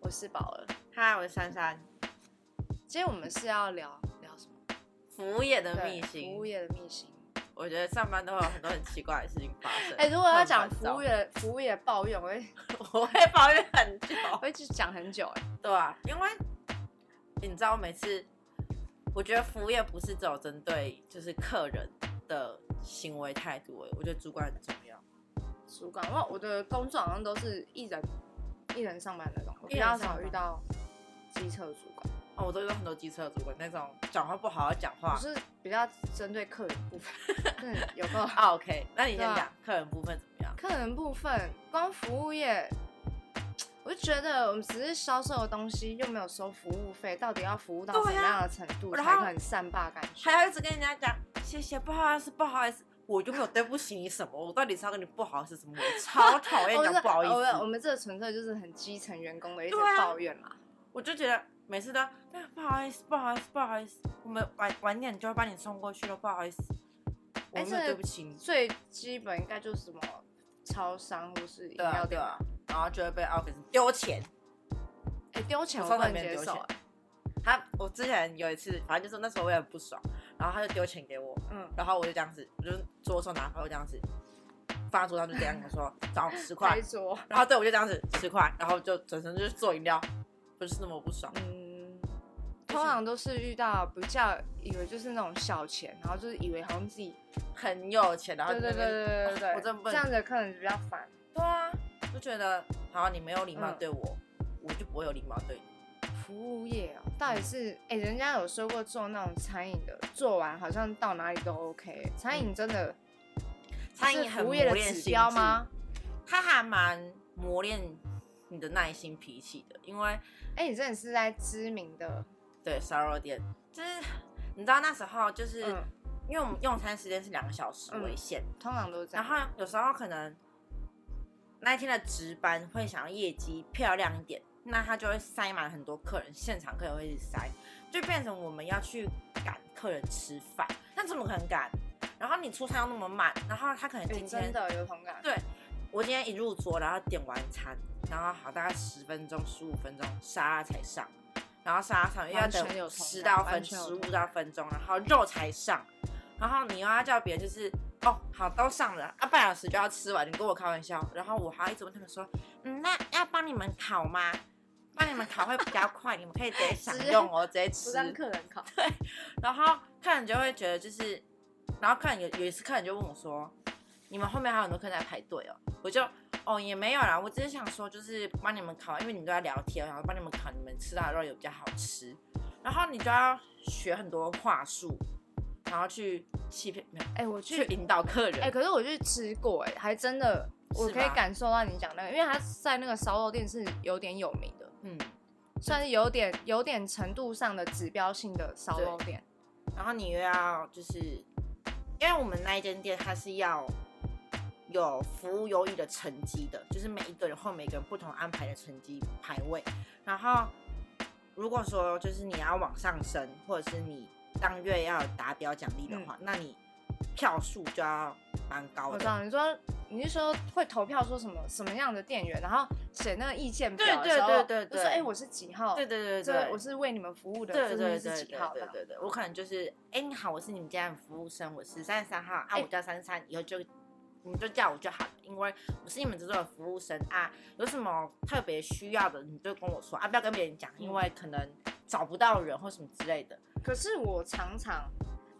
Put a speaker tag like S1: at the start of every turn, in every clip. S1: 我是宝儿，
S2: 嗨，我是珊珊。
S1: 今天我们是要聊聊什么？
S2: 服务业的
S1: 对
S2: 秘辛
S1: 服，务业的秘辛。
S2: 我觉得上班都会有很多很奇怪的事情发生。
S1: 哎、如果要讲服务
S2: 业，
S1: 业的服务业的抱怨，我会
S2: 我会抱怨很久。
S1: 我会去讲很久、哎，
S2: 对啊，因为你知道，每次我觉得服务业不是只有针对就是客人的行为态度、哎，我觉得主管很重要。
S1: 主管，我我的工作好像都是一人一人上班那种，我比
S2: 一人
S1: 较
S2: 上
S1: 少
S2: 班
S1: 遇到机车主管，
S2: 哦，我都有很多机车的主管那种讲话不好好讲
S1: 我
S2: 话。
S1: 是比较针对客人部分，对，有 够
S2: 啊，OK，那你先
S1: 对啊
S2: 讲、客人部分怎么样？
S1: 客人部分，光服务业，我就觉得我们只是销售的东西，又没有收服务费，到底要服务到什
S2: 对啊
S1: 么样的程度、
S2: 然
S1: 才
S2: 后
S1: 可能善罢甘休？
S2: 还要一直跟人家讲谢谢，不好意思，不好意思，我就没有对不起你什么，我到底是要跟你不好意思什么？ 我超讨厌
S1: 我们
S2: 讲
S1: 这
S2: 不好意
S1: 我们我
S2: 思，
S1: 们这纯粹就是很基层员工的一些
S2: 对啊
S1: 抱怨啦。
S2: 我就觉得每次都哎不好意思，不好意思，不好意思，我们晚晚点就会把你送过去了，不好意思，我
S1: 哎
S2: 没有
S1: 这
S2: 对不起你，
S1: 最基本应该就是什么超商或是饮
S2: 对啊
S1: 料
S2: 对
S1: 店吧
S2: 啊，，然后就会被 o f f 丢钱。
S1: 哎丢钱
S2: 我
S1: 我
S2: 超
S1: 不
S2: 讨
S1: 能
S2: 厌别人
S1: 接
S2: 丢
S1: 受
S2: 钱
S1: 欸，
S2: 他我之前有一次，反正就是那时候我也很不爽，然后他就丢钱给我，
S1: 嗯，
S2: 然后我就这样子，我就左手拿牌，我这样子放在桌上，就这样跟我说找我十块
S1: 呆，桌，
S2: 然后对我就这样子十块，然后就转身就去做饮料，就是那么不爽。
S1: 嗯，
S2: 就
S1: 通
S2: 是
S1: 常都是遇到比较以为就是那种小钱，然后就是以为好像自己
S2: 很有钱，然后
S1: 对对对对对对对，
S2: 啊我真的不能
S1: 这样子的客人比较烦。
S2: 对啊，就觉得好，你没有礼貌
S1: 嗯
S2: 对我，我就不会有礼貌对你。
S1: 服务业哦，到底是哎、人家有说过做那种餐饮的，做完好像到哪里都 OK 欸、餐饮真的
S2: 嗯餐
S1: 是
S2: 饮很
S1: 服务
S2: 磨
S1: 业的
S2: 练
S1: 指
S2: 心
S1: 标
S2: 智
S1: 吗？？
S2: 它还蛮磨练你的耐心脾气的，因为
S1: 哎、你真的是在知名的，
S2: 对烧肉店就是你知道那时候就是、
S1: 嗯，
S2: 因为我们用餐时间是两个小时为限，
S1: 通常都是这
S2: 然
S1: 样。
S2: 后有时候可能那一天的值班会想要业绩漂亮一点，那他就会塞满很多客人，现场客人会一直塞，就变成我们要去赶客人吃饭，那怎么可能赶？然后你出餐又那么慢，然后他可能
S1: 哎
S2: 今天、
S1: 真的有同感，
S2: 对我今天一入桌，然后点完餐，然后好大概十分钟、十五分钟沙拉才上，然后沙拉上又要
S1: 完全有
S2: 等
S1: 同
S2: 十
S1: 感
S2: 到
S1: 完
S2: 分、
S1: 全
S2: 十
S1: 有
S2: 五
S1: 同
S2: 到分钟，然后肉才上，然后你又要叫别人就是哦好都上了啊，半小时就要吃完，你跟我开玩笑，然后我还要一直问他们说，嗯那要帮你们烤吗？帮你们烤会比较快，你们可以直 接享
S1: 直接
S2: 用哦，直接
S1: 不
S2: 吃。
S1: 让客人考。
S2: 然后客人就会觉得就是，然后客人有有一次客人就问我说，你们后面还有很多客人在排队哦，我就哦也没有啦，我只是想说就是帮你们烤，因为你们都在聊天，然后帮你们烤，你们吃到的肉也比较好吃，然后你就要学很多话术，然后去欺骗，没有
S1: 哎、我去
S2: 去，引导客人。
S1: 哎、可是我去吃过、哎，还真的，我
S2: 是
S1: 可以
S2: 吧
S1: 感受到你讲那个，因为他在那个烧肉店是有点有名的，
S2: 嗯，
S1: 算是有点有点程度上的指标性的烧肉店。
S2: 然后你又要就是，因为我们那一间店它是要有服务优异的成绩的，就是每一个人会有每个人不同安排的成绩排位。然后如果说就是你要往上升，或者是你当月要有达标奖励的话，那你票数就要蛮高
S1: 我知
S2: 的。
S1: 道你说你是说会投票说什么什么样的店员，然后写那个意见
S2: 对
S1: 表的
S2: 对
S1: 时候，
S2: 对对
S1: 就说
S2: 对
S1: 哎、我是几号，
S2: 对对对
S1: 这
S2: 对，
S1: 我是为你们服务的，
S2: 对
S1: 这
S2: 对
S1: 边
S2: 对
S1: 是
S2: 对
S1: 几号
S2: 对
S1: 的。
S2: 对对，我可能就是，哎，你好，我是你们家的服务生，我是三十三号啊，
S1: 哎
S2: 我叫三三，以后就你们就叫我就好了，因为我是你们这座的服务生啊，有什么特别需要的你就跟我说啊，不要跟别人讲，
S1: 嗯
S2: 因为可能找不到人或什么之类的。
S1: 可是我常常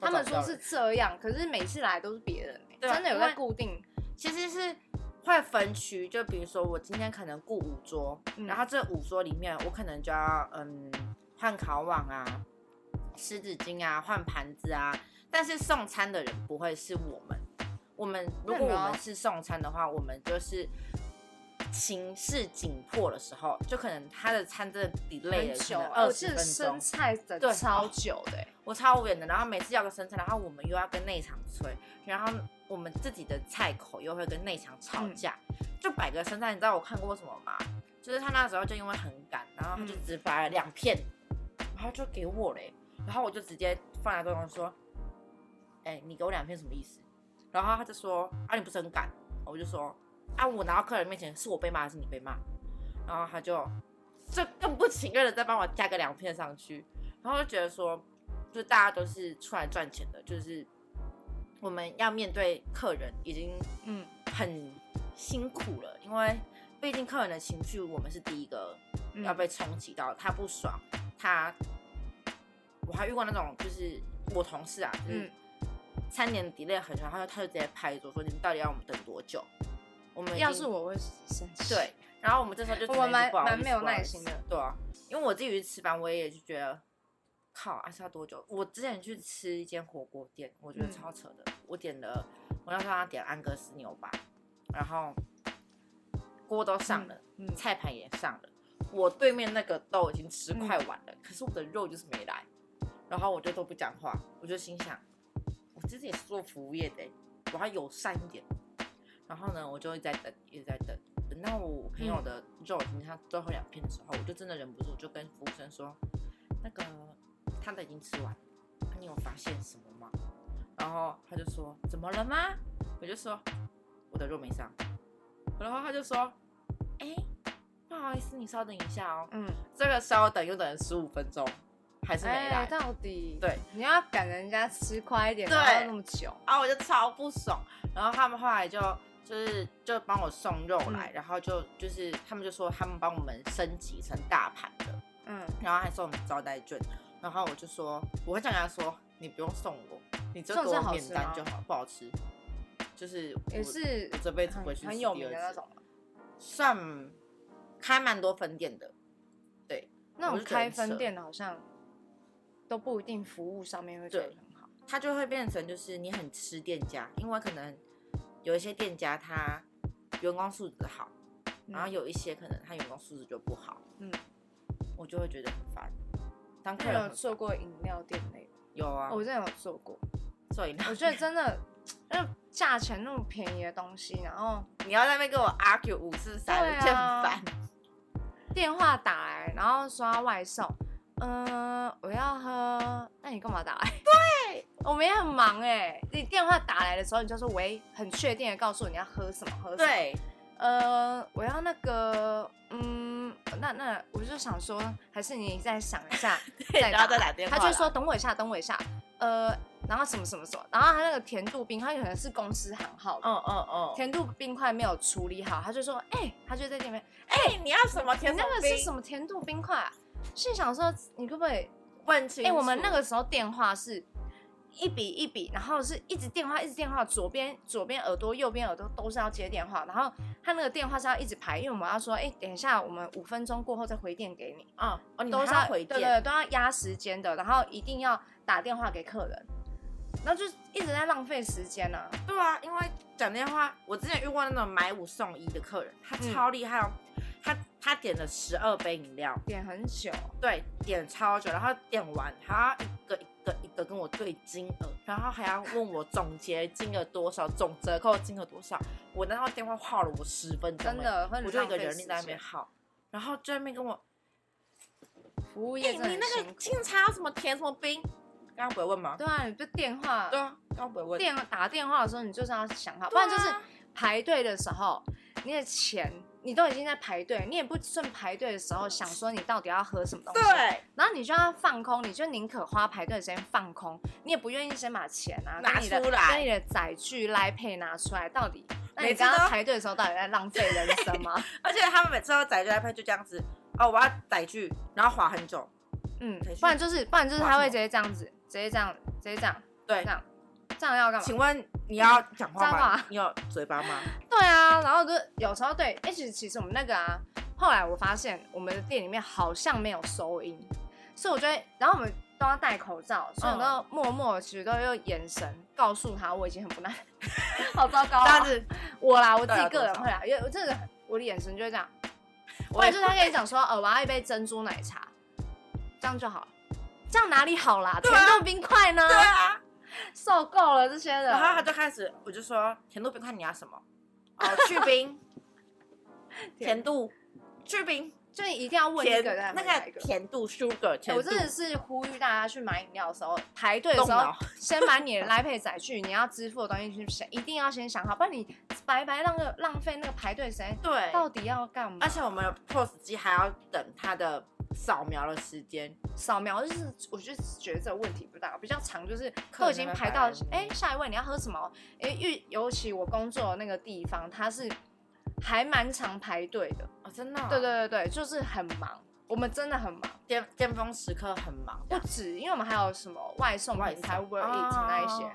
S2: 都
S1: 他们
S2: 找不到
S1: 说
S2: 人
S1: 是这样，可是每次来都是别人、欸，
S2: 对啊
S1: 真的有
S2: 因为
S1: 在固定，
S2: 其实是会分区，就比如说我今天可能雇五桌，
S1: 嗯
S2: 然后这五桌里面我可能就要嗯换烤网啊、湿纸巾啊、换盘子啊，但是送餐的人不会是我们。我们如
S1: 那
S2: 果
S1: 你们
S2: 我
S1: 要
S2: 们是送餐的话，我们就是情势紧迫的时候，就可能他的餐真的
S1: 很
S2: delay 了
S1: 久、
S2: 可能
S1: 欸，
S2: 二
S1: 我
S2: 十
S1: 记
S2: 分
S1: 得
S2: 钟
S1: 生，菜等
S2: 对哦
S1: 超久的、欸，
S2: 我超无言的。然后每次要个生菜，然后我们又要跟内场催，然后我们自己的菜口又会跟内场吵
S1: 嗯
S2: 架，就摆个生菜，你知道我看过什么吗？就是他那时候就因为很赶，然后他就
S1: 嗯
S2: 只摆了两片，然后就给我嘞，然后我就直接放在桌上说：“哎、你给我两片什么意思？”然后他就说：“啊，你不是很赶？”我就说：“啊，我拿到客人面前是我被骂还是你被骂？”然后他就就更不情愿的再帮我加个两片上去，然后就觉得说，就大家都是出来赚钱的，就是我们要面对客人已经
S1: 嗯，
S2: 很辛苦了，因为毕竟客人的情绪我们是第一个
S1: 嗯
S2: 要被冲击到，他不爽，他我还遇过那种就是我同事啊，就是
S1: 嗯
S2: 餐点 delay 很长，他就他就直接拍桌说你们到底要我们等多久？我们已
S1: 要
S2: 经
S1: 是我会生气。
S2: 对，，然后我们这时候就只
S1: 我
S2: 能一
S1: 蛮
S2: 直不好意思
S1: 蛮没有
S2: 不好意
S1: 耐心
S2: 思
S1: 的
S2: 对啊，因为我自己去吃饭，我也就觉得，靠，啊是要多久？我之前去吃一间火锅店，我觉得
S1: 嗯
S2: 超扯的，我点了，我那时候要点安格斯牛排，然后锅都上了，
S1: 嗯，
S2: 菜盘也上了，我对面那个都已经吃快完了，可是我的肉就是没来，然后我就都不讲话，我就心想，我其实也是做服务业的欸、我要友善一点。然后呢，我就一直在等，一直在等，等到我朋友的肉已经剩下最后两片的时候，我就真的忍不住，我就跟服务生说，那个他的已经吃完，啊你有发现什么吗？然后他就说怎么了吗？我就说我的肉没上，然后他就说，哎、不好意思，你稍等一下哦。
S1: 嗯，
S2: 这个稍等又等了十五分钟，还是没来。
S1: 哎，到底
S2: 对，
S1: 你要赶人家吃快一点，不
S2: 对
S1: 要那么久。
S2: 啊，我就超不爽。然后他们后来就就是就帮我送肉
S1: 嗯
S2: 来，然后就就是他们就说他们帮我们升级成大盘的，
S1: 嗯，
S2: 然后还送我们招待券。然后我就说，我很想跟他说，你不用送我，你就
S1: 这种
S2: 给
S1: 是
S2: 我
S1: 好
S2: 免
S1: 吃吗
S2: 单就好，不好吃。就是我
S1: 也是
S2: 我这辈子
S1: 很
S2: 不会去
S1: 很
S2: 吃
S1: 有
S2: 第
S1: 名
S2: 二
S1: 的那
S2: 次
S1: 种。
S2: 算开蛮多分店的，
S1: 那
S2: 我
S1: 种
S2: 就觉得
S1: 开
S2: 很
S1: 分
S2: 扯
S1: 店的好像都不一定服务上面会做得
S2: 对
S1: 很好。
S2: 它就会变成就是你很吃店家，因为可能有一些店家他员工素质好，
S1: 嗯
S2: 然后有一些可能他员工素质就不好，
S1: 嗯，
S2: 我就会觉得很烦。当客
S1: 那
S2: 人
S1: 有
S2: 很
S1: 做过饮料店类的，
S2: 有啊，
S1: 哦我真的有做过。
S2: 所以
S1: 我觉得真的，那价钱那么便宜的东西，然后
S2: 你要在那边跟我 argue 五四三，
S1: 对
S2: 我就
S1: 啊
S2: 很烦。
S1: 电话打来，然后说要外送，嗯、我要喝，那你干嘛打来？ 对，我们也很忙哎、你电话打来的时候，你就说喂，很确定的告诉我你要喝什么喝什么。，
S2: 对，
S1: 呃，我要那个，嗯，那那我就想说，还是你再想一 下，再
S2: 然后
S1: 打
S2: 再打电话
S1: 他
S2: 来。
S1: 就说等我一下，等我一下，呃，然后什么什么什么，然后他那个甜度冰，他可能是公司行号的。
S2: 嗯嗯嗯，
S1: 甜度冰块没有处理好，他就说：“哎、他就在店面，
S2: 哎，你要什么
S1: 你
S2: 甜
S1: 那个是什
S2: 么？
S1: 么甜度冰块、啊？”是想说你可不可以？
S2: 问清
S1: 哎、
S2: 楚。
S1: 我们那个时候电话是一笔一笔，然后是一直电话一直电话，左边左边耳朵右边耳朵都是要接电话，然后他那个电话是要一直排，因为我们要说：“哎、等一下，我们五分钟过后再回电给你。”
S2: 嗯哦，你
S1: 都
S2: 们
S1: 是
S2: 还
S1: 要
S2: 要回
S1: 对
S2: 电，
S1: 对，都要压时间的，然后一定要打电话给客人，然后就一直在浪费时间呢、啊。
S2: 对啊，因为讲电话，我之前遇过那种买五送一的客人，他
S1: 嗯
S2: 超厉害哦，他他点了十二杯饮料，
S1: 点很久，
S2: 对，点超久，然后点完还要一个一个一个跟我对金额，然后还要问我总结金额多少，总折扣金额多少，我那套电话耗了我十分钟欸，
S1: 真的很
S2: 我就一
S1: 浪
S2: 个
S1: 费
S2: 人
S1: 时
S2: 力在那边
S1: 间
S2: 耗，然后就在那边跟我，
S1: 服务
S2: 哎、
S1: 业真的
S2: 你
S1: 很
S2: 那
S1: 辛
S2: 个
S1: 苦。
S2: 清茶要什么甜什么冰，刚刚不会问吗？
S1: 对啊，你就电话
S2: 对啊，刚刚不会问，
S1: 电打电话的时候，你就是要想好，不
S2: 对啊
S1: 然就是排队的时候，你的钱你都已经在排队，你也不趁排队的时候想说你到底要喝什么东西，
S2: 对，
S1: 然后你就要放空，你就宁可花排队的时间放空，你也不愿意先把钱啊
S2: 拿
S1: 跟你的
S2: 出来
S1: 跟你的载具来配拿出来，到底那你
S2: 每次
S1: 刚刚
S2: 都
S1: 排队的时候到底在浪费人生吗？
S2: 而且他们每次都载具 iPad 就这样子，哦，我要载具，然后划很久，
S1: 嗯
S2: 培，训
S1: 不然就是不然就是他
S2: 划什
S1: 会
S2: 么
S1: 直接这样子，直接这样，直接这样，
S2: 对
S1: 这，样，这样要干嘛？
S2: 请问你要讲
S1: 嗯
S2: 话
S1: 脏话
S2: 吗？你有嘴 巴吗？
S1: 对啊，然后就有时候对，哎、其实其实我们那个啊，后来我发现我们的店里面好像没有收音，所以我觉得，然后我们都要戴口罩，所以我
S2: 嗯
S1: 都默默地其实都用眼神告诉他我已经很不耐， 好糟 糕、
S2: 这
S1: 啊，
S2: 样子，
S1: 我啦，我自己
S2: 到底要
S1: 个人
S2: 多少
S1: 会啦，因为我真的很我的眼神就会这样，或
S2: 我
S1: 者
S2: 也
S1: 就是他跟你讲说，呃，我要一杯珍珠奶茶，这样就好了，这样哪里好啦？
S2: 对
S1: 甜
S2: 啊
S1: 豆冰块呢？
S2: 对啊。
S1: 受够了这些人，
S2: 然后他就开始，我就说甜度 冰块你要什么？哦，去冰，
S1: 甜
S2: 甜度，去冰，
S1: 就一定要问一
S2: 甜
S1: 个人
S2: 那
S1: 买哪一
S2: 个甜度 sugar
S1: 哎
S2: 甜
S1: 我
S2: 度，
S1: 真的是呼吁大家去买饮料的时候，排队的
S2: 动
S1: 时候
S2: 脑，
S1: 先把你的来配载去，你要支付的东西去想，一定要先想好，不然你白白浪个浪费那个排队时间，
S2: 对，
S1: 到底要干嘛？
S2: 而且我们的 POS 机还要等它的扫描的时间，
S1: 扫描就是，我就觉得这个问题不大，比较长就是都
S2: 可能
S1: 已经排到
S2: 会排，
S1: 哎、下一位你要喝什么？哎、尤尤其我工作的那个地方，它是还蛮常排队的，
S2: 哦，真的、哦，
S1: 对，对对对，就是很忙，我们真的很忙，
S2: 巅巅峰时刻很忙，
S1: 不止，因为我们还有什么外送啊
S2: 外
S1: 平台
S2: 送
S1: Uber Eats 那一些，
S2: 哦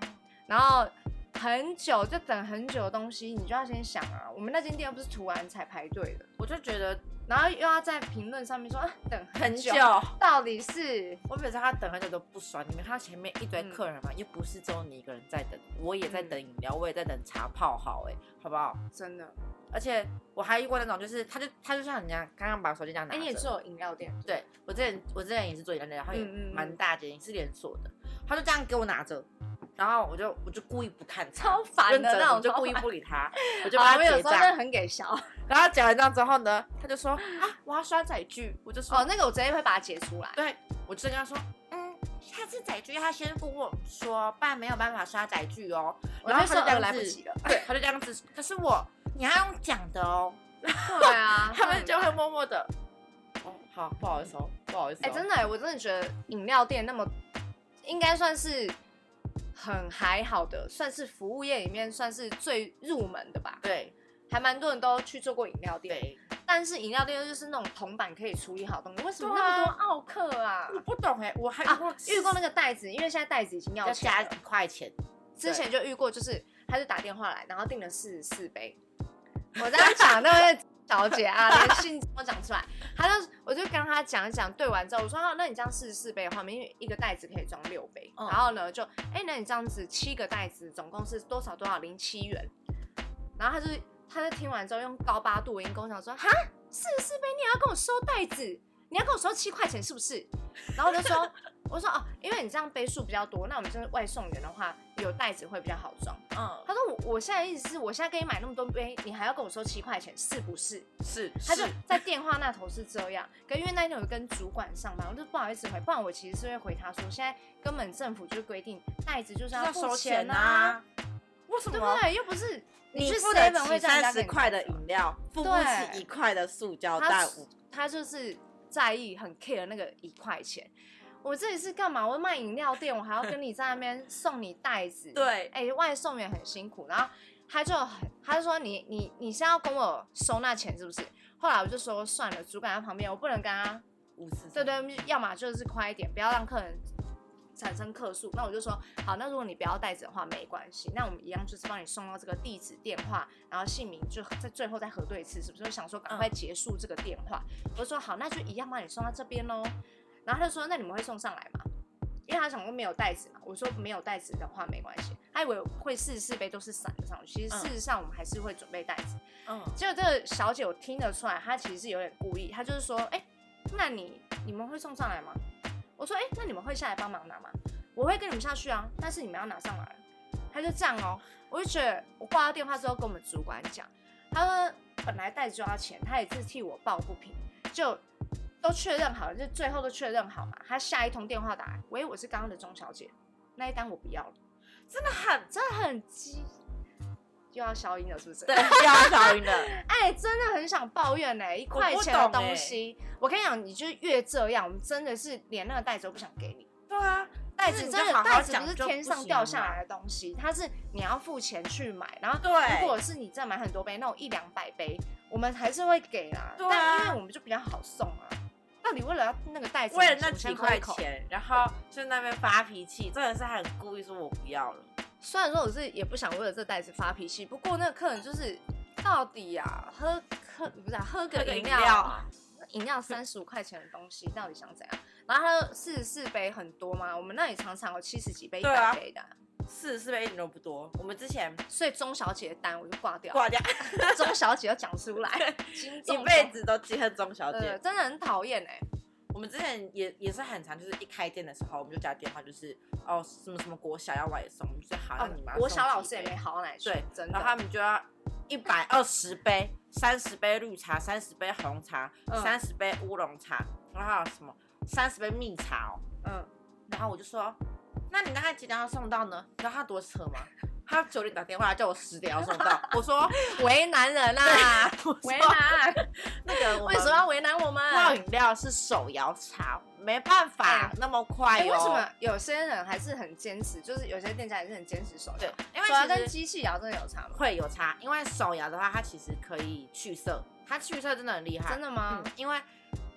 S1: 然后很久就等很久的东西，你就要先想啊，我们那间店又不是突然才排队的，
S2: 我就觉得
S1: 然后又要在评论上面说啊等
S2: 很
S1: 久，
S2: 久，
S1: 到底是
S2: 我每次他等很久都不爽，你们看到前面一堆
S1: 嗯
S2: 客人嘛，又不是只有你一个人在等，我也在
S1: 嗯
S2: 等饮料，我也在等茶泡好、哎，好不好？
S1: 真的？
S2: 而且我还遇过那种，就是他就他就像人家刚刚把手机这样拿
S1: 哎、
S2: 着，
S1: 你也做饮料店，
S2: 对我之前我之前也是做饮料店，然后
S1: 嗯
S2: 也
S1: 嗯嗯
S2: 蛮大间，是连锁的，他就这样给我拿着，然后我就我就故意不看他，
S1: 超烦的
S2: 认真
S1: 那种
S2: 我就
S1: 超
S2: 故意
S1: 烦
S2: 不理他，我就
S1: 就
S2: 帮
S1: 把
S2: 他
S1: 有
S2: 结
S1: 时候真的
S2: 账，
S1: 很给小。
S2: 然后结完账之后呢，他就说啊我要刷载具，我就说、
S1: 哦，那个我直接会把它解出 来。
S2: 对，我就跟他说。嗯，下次载具他先跟我说，不然没有办法刷载具哦。
S1: 我
S2: 然
S1: 那
S2: 后他
S1: 时
S2: 就
S1: 候
S2: 这样
S1: 来不
S2: 子
S1: 及了。
S2: 对，他就这样子。可是我，你还要用讲的哦。
S1: 对 啊，
S2: 他们就
S1: 很
S2: 会默默的，哦，好，不好意思哦，不好意思、
S1: 哎、真的、我真的觉得饮料店那么应该算是很还好的，算是服务业里面算是最入门的吧。
S2: 对
S1: 还蛮多人都去做过饮料店，
S2: 对，
S1: 但是饮料店就是那种铜板可以处理好东西，为什么
S2: 对啊
S1: 那么多奥克啊？
S2: 我不懂哎、我还遇过、
S1: 啊，遇过那个袋子，因为现在袋子已经要
S2: 要
S1: 钱
S2: 加
S1: 了
S2: 一块钱，
S1: 之前就遇过，就是他就打电话来，然后订了四十四杯。我这样讲，那位小姐啊，连姓都讲出来，他就我就跟他讲一讲，对完之后我说，啊、那你这样四十四杯的话，因为一个袋子可以装六杯，
S2: 嗯
S1: 然后呢就，哎、那你这样子七个袋子总共是多少多少零七元，然后他就他就听完之后用高八度的音跟我讲说，哈，四十四杯你也要跟我收袋子，你要跟我收七块钱是不是？然后我就说，我说哦，因为你这样杯数比较多，那我们就是外送员的话，有袋子会比较好装。
S2: 嗯，
S1: 他说我我现在意思是我现在给你买那么多杯，你还要跟我收七块钱，是不是？
S2: 是，
S1: 他就在电话那头是这样，可因为那天我跟主管上班，我就不好意思回，不然我其实是会回他说，现在根本政府就是规定袋子就是
S2: 要
S1: 付
S2: 收
S1: 钱
S2: 钱啊，为什
S1: 对
S2: 么
S1: 不？对？又不是
S2: 你
S1: 去
S2: 付得
S1: seven
S2: 起
S1: 会叫人家
S2: 三
S1: 给
S2: 十
S1: 你
S2: 块
S1: 拿
S2: 的
S1: 走
S2: 饮料，付不
S1: 对
S2: 起一块的塑胶
S1: 他
S2: 袋
S1: 是
S2: 五，
S1: 他就是在意很 care 那个一块钱。我这里是干嘛？我卖饮料店，我还要跟你在那 边送你袋子。
S2: 对
S1: 哎、外送员很辛苦。然后他就很他就说你你你是要跟我收那钱是不是？后来我就说算了，主管在旁边，我不能跟他。
S2: 五十，
S1: 对对，要么就是快一点，不要让客人产生客诉。那我就说好，那如果你不要袋子的话，没关系，那我们一样就是帮你送到这个地址、电话，然后姓名，就在最后再核对一次，是不是？我想说赶快结束这个电话，我就说好，那就一样帮你送到这边喽。然后他就说那你们会送上来吗？因为他想说没有袋子嘛，我说没有袋子的话没关系，他以为会四十四杯都是散的上去，其实
S2: 嗯
S1: 事实上我们还是会准备袋子。
S2: 嗯，
S1: 结果这个小姐我听得出来，她其实是有点故意，她就是说，哎、那你你们会送上来吗？我说，哎、那你们会下来帮忙拿吗？我会跟你们下去啊，但是你们要拿上来。她就这样哦，我就觉得我挂到电话之后跟我们主管讲，他说本来袋子就要钱，他也是替我抱不平，就都确认好了，就最后都确认好嘛。他下一通电话打来，喂，我是刚刚的钟小姐，那一单我不要了，
S2: 真的很
S1: 真的很鸡，又要消音了是不是？
S2: 对，要小云的，
S1: 哎、真的很想抱怨呢、一块钱的
S2: 我不懂欸
S1: 东西，我跟你讲，你就越这样，我们真的是连那个袋子都不想给你。
S2: 对啊，
S1: 袋
S2: 就
S1: 子
S2: 是你
S1: 真
S2: 就
S1: 的，
S2: 好好
S1: 袋子
S2: 讲
S1: 不是
S2: 就
S1: 天
S2: 不
S1: 上
S2: 行
S1: 掉
S2: 了
S1: 下
S2: 嘛
S1: 来的东西，它是你要付钱去买。然后，
S2: 对
S1: 如果是你再买很多杯，那种一两百杯，我们还是会给啦。
S2: 对啊
S1: 但因为我们就比较好送啊。到底为了要那个袋子，
S2: 为了那
S1: 我先
S2: 几
S1: 喝一
S2: 块
S1: 口，
S2: 钱，然后就在那边发脾气，真的是他很故意说我不要了。
S1: 虽然说我是也不想为了这袋子发脾气，不过那个客人就是到底啊，喝喝不是、啊、喝个
S2: 喝个
S1: 饮
S2: 饮
S1: 料
S2: 料
S1: 啊
S2: 啊，
S1: 饮料三十五块钱的东西，到底想怎样？然后他四十四杯很多嘛，我们那里常常有七十几杯、一
S2: 对啊
S1: 百杯的啊、
S2: 四十四杯一点都不多。我们之前
S1: 所以钟小姐的单我就挂掉，
S2: 挂掉，
S1: 钟小姐要讲出来，金钟
S2: 一辈子都记恨钟小
S1: 钟，对，
S2: 姐。
S1: 真的很讨厌哎，
S2: 我们之前也也是很常，就是一开店的时候，我们就打电话，就是哦什么什么国小要外送，我们就说好，
S1: 哦
S2: 啊那你们要
S1: 国小
S2: 送
S1: 老
S2: 几
S1: 师也
S2: 杯
S1: 没好到哪里去，
S2: 对
S1: 真
S2: 然后他
S1: 的，
S2: 们就要一百二十杯、三十杯绿茶、三十杯红茶、
S1: 嗯
S2: 三十、杯乌龙茶，然后还有什么三十杯蜜茶哦。
S1: 嗯，
S2: 然后我就说，那你大概几点要送到呢？你知道他多扯吗？他九点打电话来叫我十点要送到，我说，啊
S1: 为难人啦、
S2: 我说
S1: 为难，
S2: 那个我
S1: 为
S2: 们
S1: 什么要为难我们？
S2: 泡饮料是手摇茶，没办法
S1: 哎
S2: 那么快哦
S1: 哎
S2: 哟、
S1: 为什么有些人还是很坚持？就是有些店家还是很坚持手摇
S2: 对，，因
S1: 手摇
S2: 为
S1: 跟
S2: 其实
S1: 机器摇真的有差吗？
S2: 会有差，因为手摇的话，它其实可以去色，它去色真的很厉害，
S1: 真的吗
S2: 嗯？，因为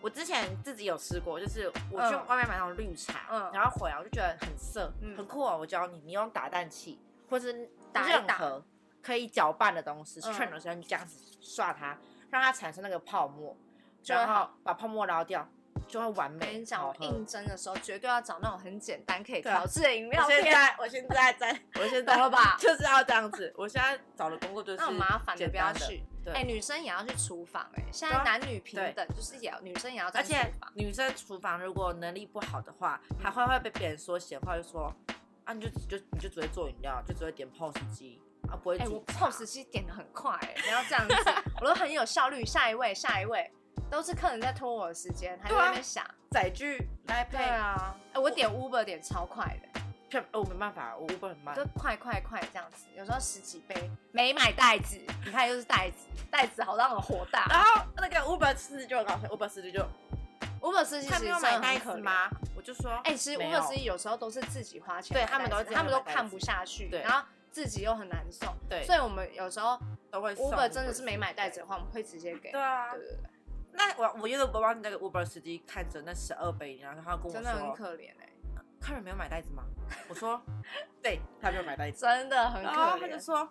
S2: 我之前自己有吃过，就是我去
S1: 嗯
S2: 外面买那种绿茶，
S1: 嗯
S2: 然后回来我就觉得很涩，
S1: 嗯
S2: 很酷哦。我教你，你用打蛋器或是
S1: 打一
S2: 任
S1: 打
S2: 何可以搅拌的东西，
S1: 嗯
S2: 劝东西，你这样子刷它，让它产生那个泡沫，
S1: 就会
S2: 然后
S1: 好
S2: 把泡沫捞掉，就会完
S1: 我跟
S2: 美
S1: 你，讲，
S2: 好
S1: 我
S2: 喝。
S1: 应征的时候绝对要找那种很简单可以
S2: 对啊
S1: 调制的饮
S2: 我
S1: 料
S2: 现
S1: 店，
S2: 在，我现在在，我现在
S1: 懂了吧
S2: 就是要这样子。我现在找的工作就是
S1: 那种麻烦的
S2: 简
S1: 不要
S2: 单的，
S1: 去。
S2: 对，
S1: 哎、女生也要去厨房哎、现在
S2: 对啊
S1: 男女平等，就是也要女生也要在
S2: 而
S1: 厨
S2: 且
S1: 房。
S2: 女生厨房如果能力不好的话，还会会被别人说闲话，就说啊，你就就你就只会做饮料，就只会点 POS 机啊，不会
S1: 哎、
S2: 煮
S1: 我
S2: 茶。
S1: POS 机点的很快哎、不要这 样子，我都很有效率。下一位，下一位，都是客人在拖我的时间，还在
S2: 对啊
S1: 那边想。
S2: 载具来
S1: 对
S2: 配，
S1: 啊，哎、我点 Uber 点超快的，
S2: 骗哦，我没办法，我 Uber 很慢
S1: 就。快快快这样子，有时候十几杯，没买袋子，你看又是袋子，袋子好让我火大。
S2: 然后那个 Uber 司机就很搞笑，Uber 司机就
S1: Uber 司机
S2: 他
S1: 其
S2: 没
S1: 实
S2: 有
S1: 真
S2: 买
S1: 的
S2: 袋
S1: 很
S2: 子
S1: 可怜。
S2: 吗？我就说，
S1: 哎、其实
S2: 没
S1: Uber
S2: 有
S1: 司机有时候都是自己花钱
S2: 对
S1: 买
S2: 他们
S1: 单
S2: 都
S1: 子
S2: 自己
S1: 他们都
S2: 买单
S1: 看
S2: 子
S1: 不下去，
S2: 对
S1: 然后自己又很难受，
S2: 对
S1: 所以我们有时候
S2: 都会送
S1: Uber 真的是没买袋子
S2: 司机
S1: 的话，我们会直接给。
S2: 对啊
S1: 对，对对
S2: 那我我觉得我帮那个 Uber 司机看着那十二杯饮料，然后他跟我
S1: 真的很
S2: 说，
S1: 可怜哎、
S2: 客人没有买袋子吗？我说，对，他没有买袋子。
S1: 真的很可
S2: 然后他就
S1: 怜，
S2: 说：“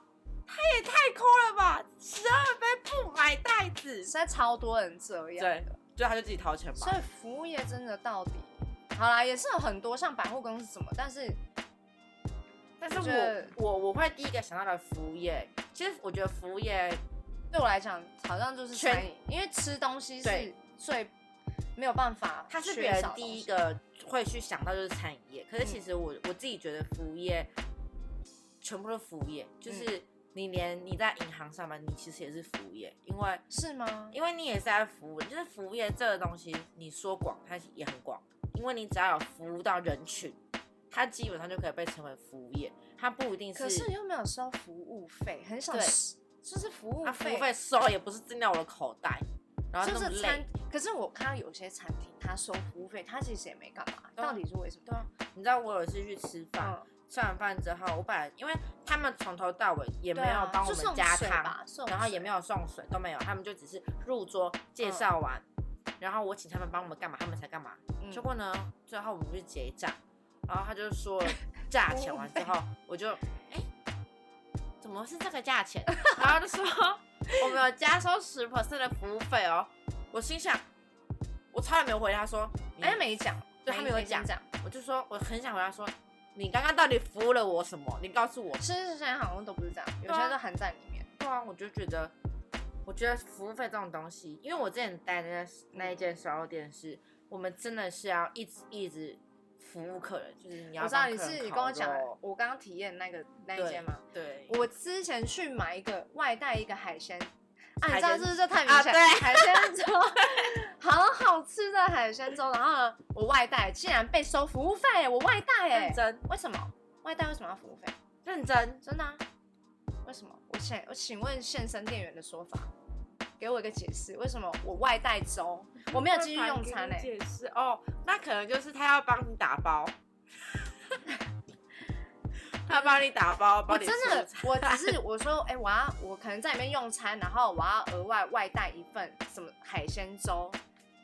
S2: 他也太抠了吧，十二杯不买袋子
S1: 现。在超多人这”样。
S2: 对，就他就自己掏钱
S1: 所
S2: 吧。
S1: 以服务业真的到底，好啦，也是有很多像百货公司什么，但是
S2: 但是
S1: 我觉得
S2: 我我我会第一个想到的服务业，其实我觉得服务业
S1: 对我来讲，好像就是
S2: 全
S1: 餐饮，因为吃东西是
S2: 对
S1: 最没有办法
S2: 它是
S1: 缺
S2: 别人
S1: 少的
S2: 第一
S1: 东西，
S2: 个会去想到就是餐饮业，可是其
S1: 嗯
S2: 实我我自己觉得服务业全部都是服务业，就是你连你在银行上班，你其实也是服务业，因为
S1: 是吗？
S2: 因为你也是在服务，就是服务业这个东西，你说广它也很广，因为你只要有服务到人群，它基本上就可以被称为服务业，它不一定
S1: 可是又没有收服务费，很少
S2: 对
S1: 是，就是服务
S2: 它服务
S1: 费，
S2: 费收也不是进到我的口袋，然后
S1: 就
S2: 那么
S1: 是
S2: 累
S1: 餐。。可是我看到有些餐厅他收服务费，他其实也没干嘛，
S2: 对啊
S1: 到底是为什么？
S2: 对啊，你知道我有一次去吃饭，
S1: 嗯，
S2: 吃完饭之后，我本来因为他们从头到尾也没
S1: 对
S2: 有
S1: 啊
S2: 帮我
S1: 就
S2: 们
S1: 送
S2: 加
S1: 水
S2: 汤，
S1: 吧，送
S2: 然后
S1: 水
S2: 也没有送水，都没有，他们就只是入桌介绍完，然后我请他们帮我们干嘛，他们才干嘛。
S1: 嗯
S2: 结果呢，最后我们去结账，然后他就说了价钱，完之后我就哎、怎么是这个价钱？ 然后就说我们有加收十 percent 的服务费哦。我心想，我从来没有回他说，你
S1: 哎，没讲，
S2: 对他没有
S1: 先
S2: 讲
S1: 讲。
S2: 我就说我很想回答说，你刚刚到底服务了我什么？你告诉我。
S1: 其实现在好像都不是这样，有
S2: 对
S1: 些
S2: 啊
S1: 都含在里面。
S2: 对啊，我就觉得，我觉得服务费这种东西，因为我之前待的那那一间烧肉店是，我们真的是要一直一直服务客人，就是你要
S1: 我知道
S2: 帮
S1: 你
S2: 客人
S1: 是你
S2: 烤
S1: 跟我讲
S2: 肉
S1: 我刚刚体验那个那一间吗？？
S2: 对，对
S1: 我之前去买一个外带一个海鲜，啊，你
S2: 海
S1: 知道
S2: 鲜
S1: 这这太
S2: 啊
S1: 明显，
S2: 对
S1: 海鲜粥， 好好吃的海鲜粥，然后呢，我外带竟然被收服务费，我外带哎
S2: 认，真
S1: 为什么外带为什么要服务费？
S2: 认真，
S1: 真的、啊？为什么？我请我请问现身店员的说法，给我一个解释，为什么我外带粥我没有继续用餐欸
S2: 嘞、
S1: 嘞、
S2: 解释哦，那可能就是他要帮你打 包，他帮你打包，
S1: 我
S2: 帮你
S1: 真的
S2: 出，
S1: 我只是我说，哎、我要我可能在里面用餐，然后我要额外外带一份什么海鲜粥、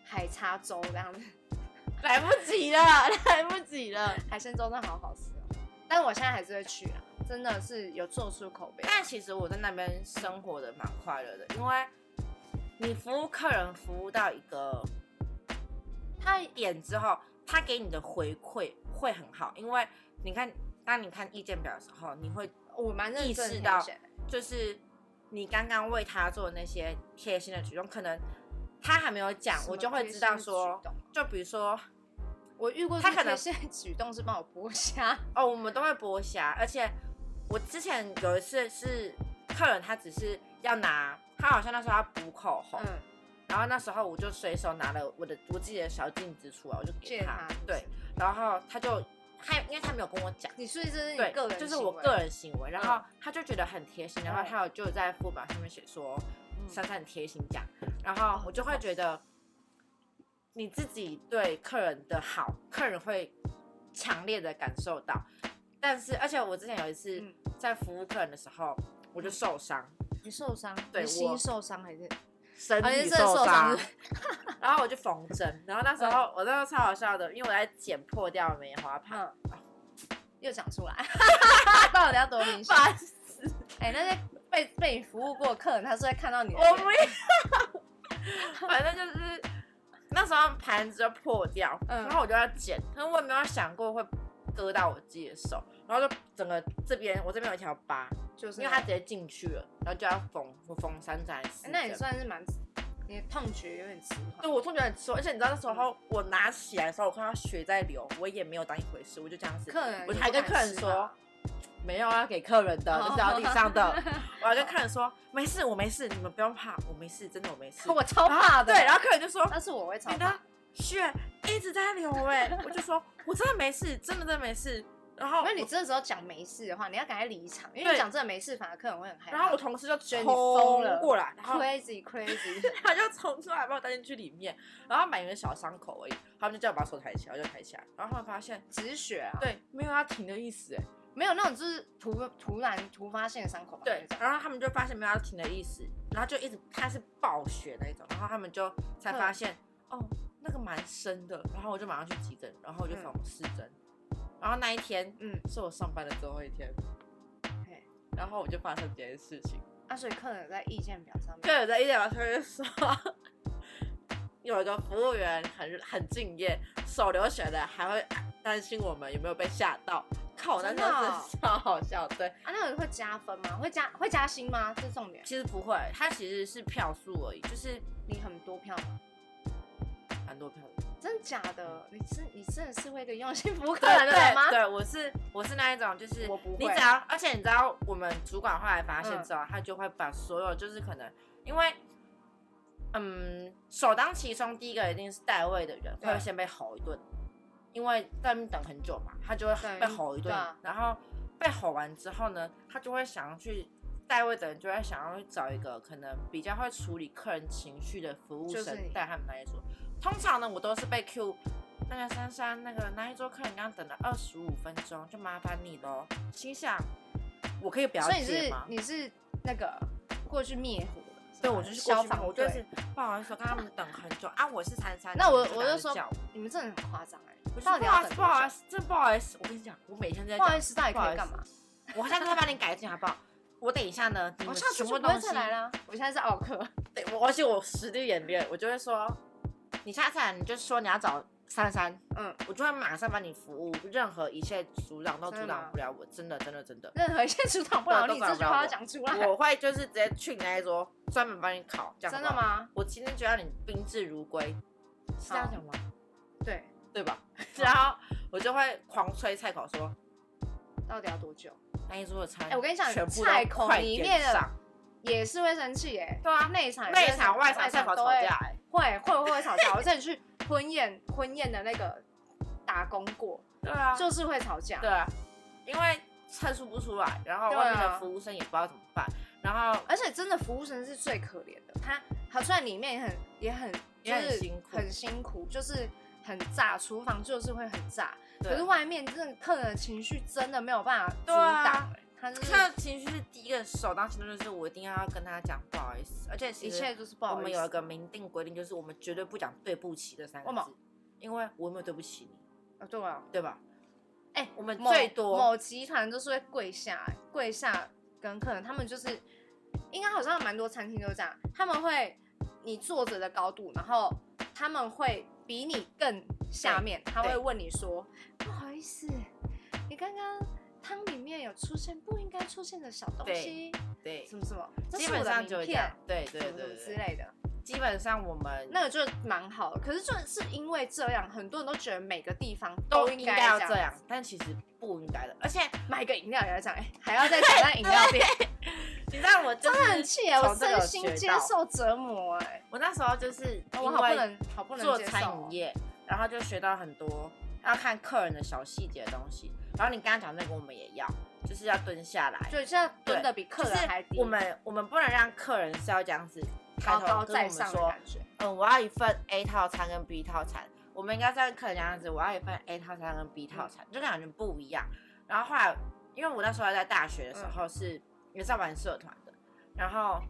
S1: 海叉粥这样子。
S2: 来不及了，来不及了。
S1: 海鲜粥真的好好吃哦，但我现在还是会去啊，真的是有做出口碑。
S2: 但其实我在那边生活的蛮快乐的，因为你服务客人服务到一个
S1: 他
S2: 点之后，他给你的回馈会很好，因为你看，当你看意见表的时候，你会
S1: 我蛮认真
S2: 意
S1: 的
S2: 识
S1: 挑
S2: 到
S1: 选的，
S2: 就是你刚刚为他做的那些贴心的举动，可能他还没有讲，
S1: 什么
S2: 我就会知道
S1: 贴
S2: 说
S1: 心的举，
S2: 就比如说
S1: 我遇过他
S2: 他可
S1: 可能
S2: 能
S1: 现在举动是帮我剥 虾，
S2: 哦，我们都会剥虾，而且我之前有一次是客人他只是要拿，他好像那时候要补口红，
S1: 嗯，
S2: 然后那时候我就随手拿了我的我自己的小镜子出来，我就给
S1: 借他
S2: 他，对，然后他就他因为他没有跟我讲。
S1: 你所以这是你
S2: 对
S1: 个人，
S2: 就是我个，人行为，然后他就觉得很贴心，然后
S1: 嗯
S2: 他有就有在副表上面写说
S1: 嗯
S2: 珊珊很贴心这样，然后我就会觉得你自己对客人的好，客人会强烈的感受到。但是，而且我之前有一次
S1: 嗯
S2: 在服务客人的时候，我就受伤，
S1: 你受伤，
S2: 对
S1: 你
S2: 我
S1: 心受伤还是
S2: 身
S1: 啊你
S2: 体
S1: 真的受伤
S2: 伤
S1: 是不，
S2: 然后我就缝针，然后那时候我那时候超好笑的，因为我在剪破掉梅花盘，
S1: 嗯，又讲出来， 到底要多明显？
S2: 烦死
S1: 哎、那些被被你服务过的客人，他是会看到你的
S2: 我
S1: 脸，
S2: 不要， 反正就是那时候盘子就破掉，
S1: 嗯
S2: 然后我就要剪，但我也没有想过会割到我自己的手，然后就整个这边我这边有一条疤，
S1: 就是
S2: 因为它直接进去了，然后就要缝，我缝三针还是四
S1: 哎
S2: 针
S1: 那也算是蛮，你的痛觉有点迟缓
S2: 对，。我痛觉很臭，而且你知道那时候我拿起来的时候，我看到血在流，我也没有当一回事，我就这样子，
S1: 客人，
S2: 我
S1: 你
S2: 还
S1: 不
S2: 跟
S1: 敢
S2: 客人
S1: 吃
S2: 说
S1: 吧，
S2: 没有啊要给客人的，
S1: 哦
S2: 这是要地上 的，我还跟客人说没事，我没事，你们不用怕，我没事，真的 我没事。
S1: 我超怕的。
S2: 啊对，然后客人就说
S1: 但是我会超
S2: 你
S1: 怕
S2: 的，血一直在流哎、我就说我真的没事，真的真的没事。然后
S1: 因为你
S2: 哦我
S1: 这时候讲没事的话，你要赶快离场，因为
S2: 对
S1: 你讲真的没事，反而客人会很害怕。
S2: 然后我同事就
S1: 觉得
S2: 冲
S1: 你疯了
S2: 过来，然后
S1: crazy crazy，
S2: 他就冲出来把我带进去里面，然后满一个小伤口而已，他们就叫我把手抬起来，我就抬起来，然后他们发现
S1: 止血啊，，
S2: 对没有要停的意思哎、
S1: 没有那种就是突突然突发性的伤口吧，
S2: 对
S1: 那，种
S2: 然后他们就发现没有要停的意思，然后就一直他是暴血那一种，然后他们就才
S1: 嗯
S2: 发现、哦那个蛮深的，然后我就马上去急诊，然后我就
S1: 嗯
S2: 缝四针，然后那一天
S1: 嗯，
S2: 是我上班的最后一天
S1: 嘿，
S2: 然后我就发生这件事情。
S1: 啊，所以客人有在意见表上
S2: 就
S1: 面，
S2: 有在医疗车就说， 有一个服务员很很敬业，手流血的，还会担心我们有没有被吓到。靠，我那
S1: 真
S2: 时
S1: 的哦
S2: 候是超好笑。对，
S1: 啊，那个会加分吗？会加会加薪吗？这是重点，
S2: 其实不会，它其实是票数而已，就是
S1: 你很多票吗？
S2: 蛮多票的。
S1: 真假的？你是你真的是会一个用心服务客人的人吗？
S2: 对，我是我是那一种，就是
S1: 我不会
S2: 你只要，而且你知道，我们主管后来发现
S1: 嗯
S2: 之后，他就会把所有就是可能因为。嗯，首当其冲，第一个一定是代位的人
S1: 对
S2: 会先被吼一顿，因为在那边等很久嘛，他就会
S1: 对
S2: 被吼一顿
S1: 对啊。
S2: 然后被吼完之后呢，他就会想要去代位的人就会想要去找一个可能比较会处理客人情绪的服务
S1: 就是
S2: 生
S1: 你
S2: 带他们那一桌。通常呢，我都是被 Q 那个珊珊那个那一桌客人刚等了二十五分钟，就麻烦你喽。心想，我可以不要
S1: 所以你
S2: 接
S1: 是
S2: 吗？
S1: 你是那个过去灭火的是吗，
S2: 对，我就是过
S1: 消
S2: 去
S1: 防
S2: 我
S1: 队
S2: 就是不好意思，我跟他们等很久啊。我是珊珊，
S1: 那我
S2: 你
S1: 我
S2: 赶
S1: 就
S2: 快
S1: 说
S2: 叫我，
S1: 你们真的很夸张
S2: 我
S1: 哎，
S2: 说
S1: 到底
S2: 不
S1: 要
S2: 好意
S1: 等
S2: 思，
S1: 多
S2: 不好意
S1: 久？
S2: 思，真不好意思，我跟你讲，我每天都在
S1: 不好
S2: 讲
S1: 意，思，到底
S2: 不好
S1: 可
S2: 意
S1: 以
S2: 思
S1: 干嘛？
S2: 我下次再帮你改进好不好？我等一下呢，你
S1: 我
S2: 们
S1: 哦下次
S2: 全
S1: 就
S2: 部
S1: 不会
S2: 东西
S1: 再来啦。我现在是奥克，
S2: 对，我而且我实地演练，我就会说，你下次来你就说你要找珊珊，
S1: 嗯，
S2: 我就会马上帮你服务，任何一切阻挡都
S1: 真
S2: 阻
S1: 的吗
S2: 挡不了我，真的真的真 的，
S1: 任何一些阻挡不了
S2: 对
S1: 你，
S2: 都阻挡
S1: 这句
S2: 不了
S1: 话
S2: 我
S1: 要讲出来。
S2: 我会就是直接去你那一桌专门帮你烤，这样
S1: 真
S2: 好
S1: 的
S2: 不好？
S1: 吗？
S2: 我今天就让你宾至如归，是这样讲吗？
S1: 对，
S2: 对吧？ 然后我就会狂吹菜口说，
S1: 到底要多久？
S2: 那一桌的餐，
S1: 哎我跟你讲
S2: 全部都
S1: 菜口
S2: 快
S1: 里
S2: 点
S1: 面的
S2: 上
S1: 也是会生气耶。
S2: 对啊
S1: 内场也是
S2: 内场外场菜口
S1: 都
S2: 吵
S1: 会
S2: 架，哎
S1: 会会会吵架。我之前去婚宴婚宴的那个打工过，
S2: 对啊，
S1: 就是会吵架。
S2: 对啊，因为菜出不出来，然后
S1: 对
S2: 外面
S1: 啊
S2: 的服务生也不知道怎么办，然后
S1: 而且真的服务生是最可怜的，他好虽然里面也很也很就
S2: 也很
S1: 是
S2: 辛苦
S1: 很辛苦，就是很炸，厨房就是会很炸，可
S2: 对
S1: 是外面真的客人的情绪真的没有办法阻
S2: 对啊
S1: 挡、欸他就是
S2: 他的情绪是第一个首当其冲，就是我一定要跟他讲不好意思，而且
S1: 一
S2: 其
S1: 切
S2: 实
S1: 都是不
S2: 我
S1: 好
S2: 们
S1: 意
S2: 有一
S1: 思。
S2: 个明定规定，就是我们绝对不讲对不起这三
S1: 为什
S2: 个
S1: 么
S2: 字，因为我有没有对不起你，
S1: 哦，对啊，
S2: 对吧？
S1: 哎
S2: 我们
S1: 某
S2: 最多
S1: 某集团都是会跪下跪下跟客人，他们就是应该好像蛮多餐厅都这样，他们会你坐着的高度，然后他们会比你更下面，他会
S2: 对
S1: 问你说不好意思，你刚刚汤里面有出现不应该出现的小东西，
S2: 对，
S1: 什么什么，这
S2: 基
S1: 是我
S2: 本
S1: 的
S2: 上
S1: 名
S2: 就会这
S1: 片
S2: 样，，对对
S1: 什
S2: 对
S1: 么什么
S2: 对
S1: 之
S2: 对，
S1: 类的。
S2: 基本上我们
S1: 那个就蛮好的。可是就是因为这样，很多人都觉得每个地方
S2: 都
S1: 应
S2: 应该
S1: 这
S2: 要
S1: 样。
S2: 这样，但其实不应该的，而且
S1: 买个饮料也要这样，哎、还要再讲那饮料店，
S2: 你让我
S1: 真
S2: 真
S1: 的很气哎、我
S2: 从这个
S1: 身心
S2: 学
S1: 接
S2: 到
S1: 受折磨哎、
S2: 我那时候就是
S1: 哦
S2: 因
S1: 我好不
S2: 为
S1: 能，好不能
S2: 做
S1: 接受
S2: 餐
S1: 哦
S2: 饮业，然后就学到很多要看客人的小细节的东西。然后你刚刚讲那个，我们也要，就是要蹲下来，
S1: 就现在蹲
S2: 对
S1: 的比客人还
S2: 就
S1: 低，
S2: 是我们我们不能让客人是要这样子抬
S1: 高
S2: 头
S1: 高
S2: 跟
S1: 在
S2: 我们
S1: 上的
S2: 说，
S1: 感觉。
S2: 嗯，我要一份 A 套餐跟 B 套餐。我们应该在跟客人这样子，我要一份 A 套餐跟
S1: 嗯
S2: B 套餐，就感觉不一样。然后后来，因为我那时候还在大学的时
S1: 嗯
S2: 候是也是玩社团的，然后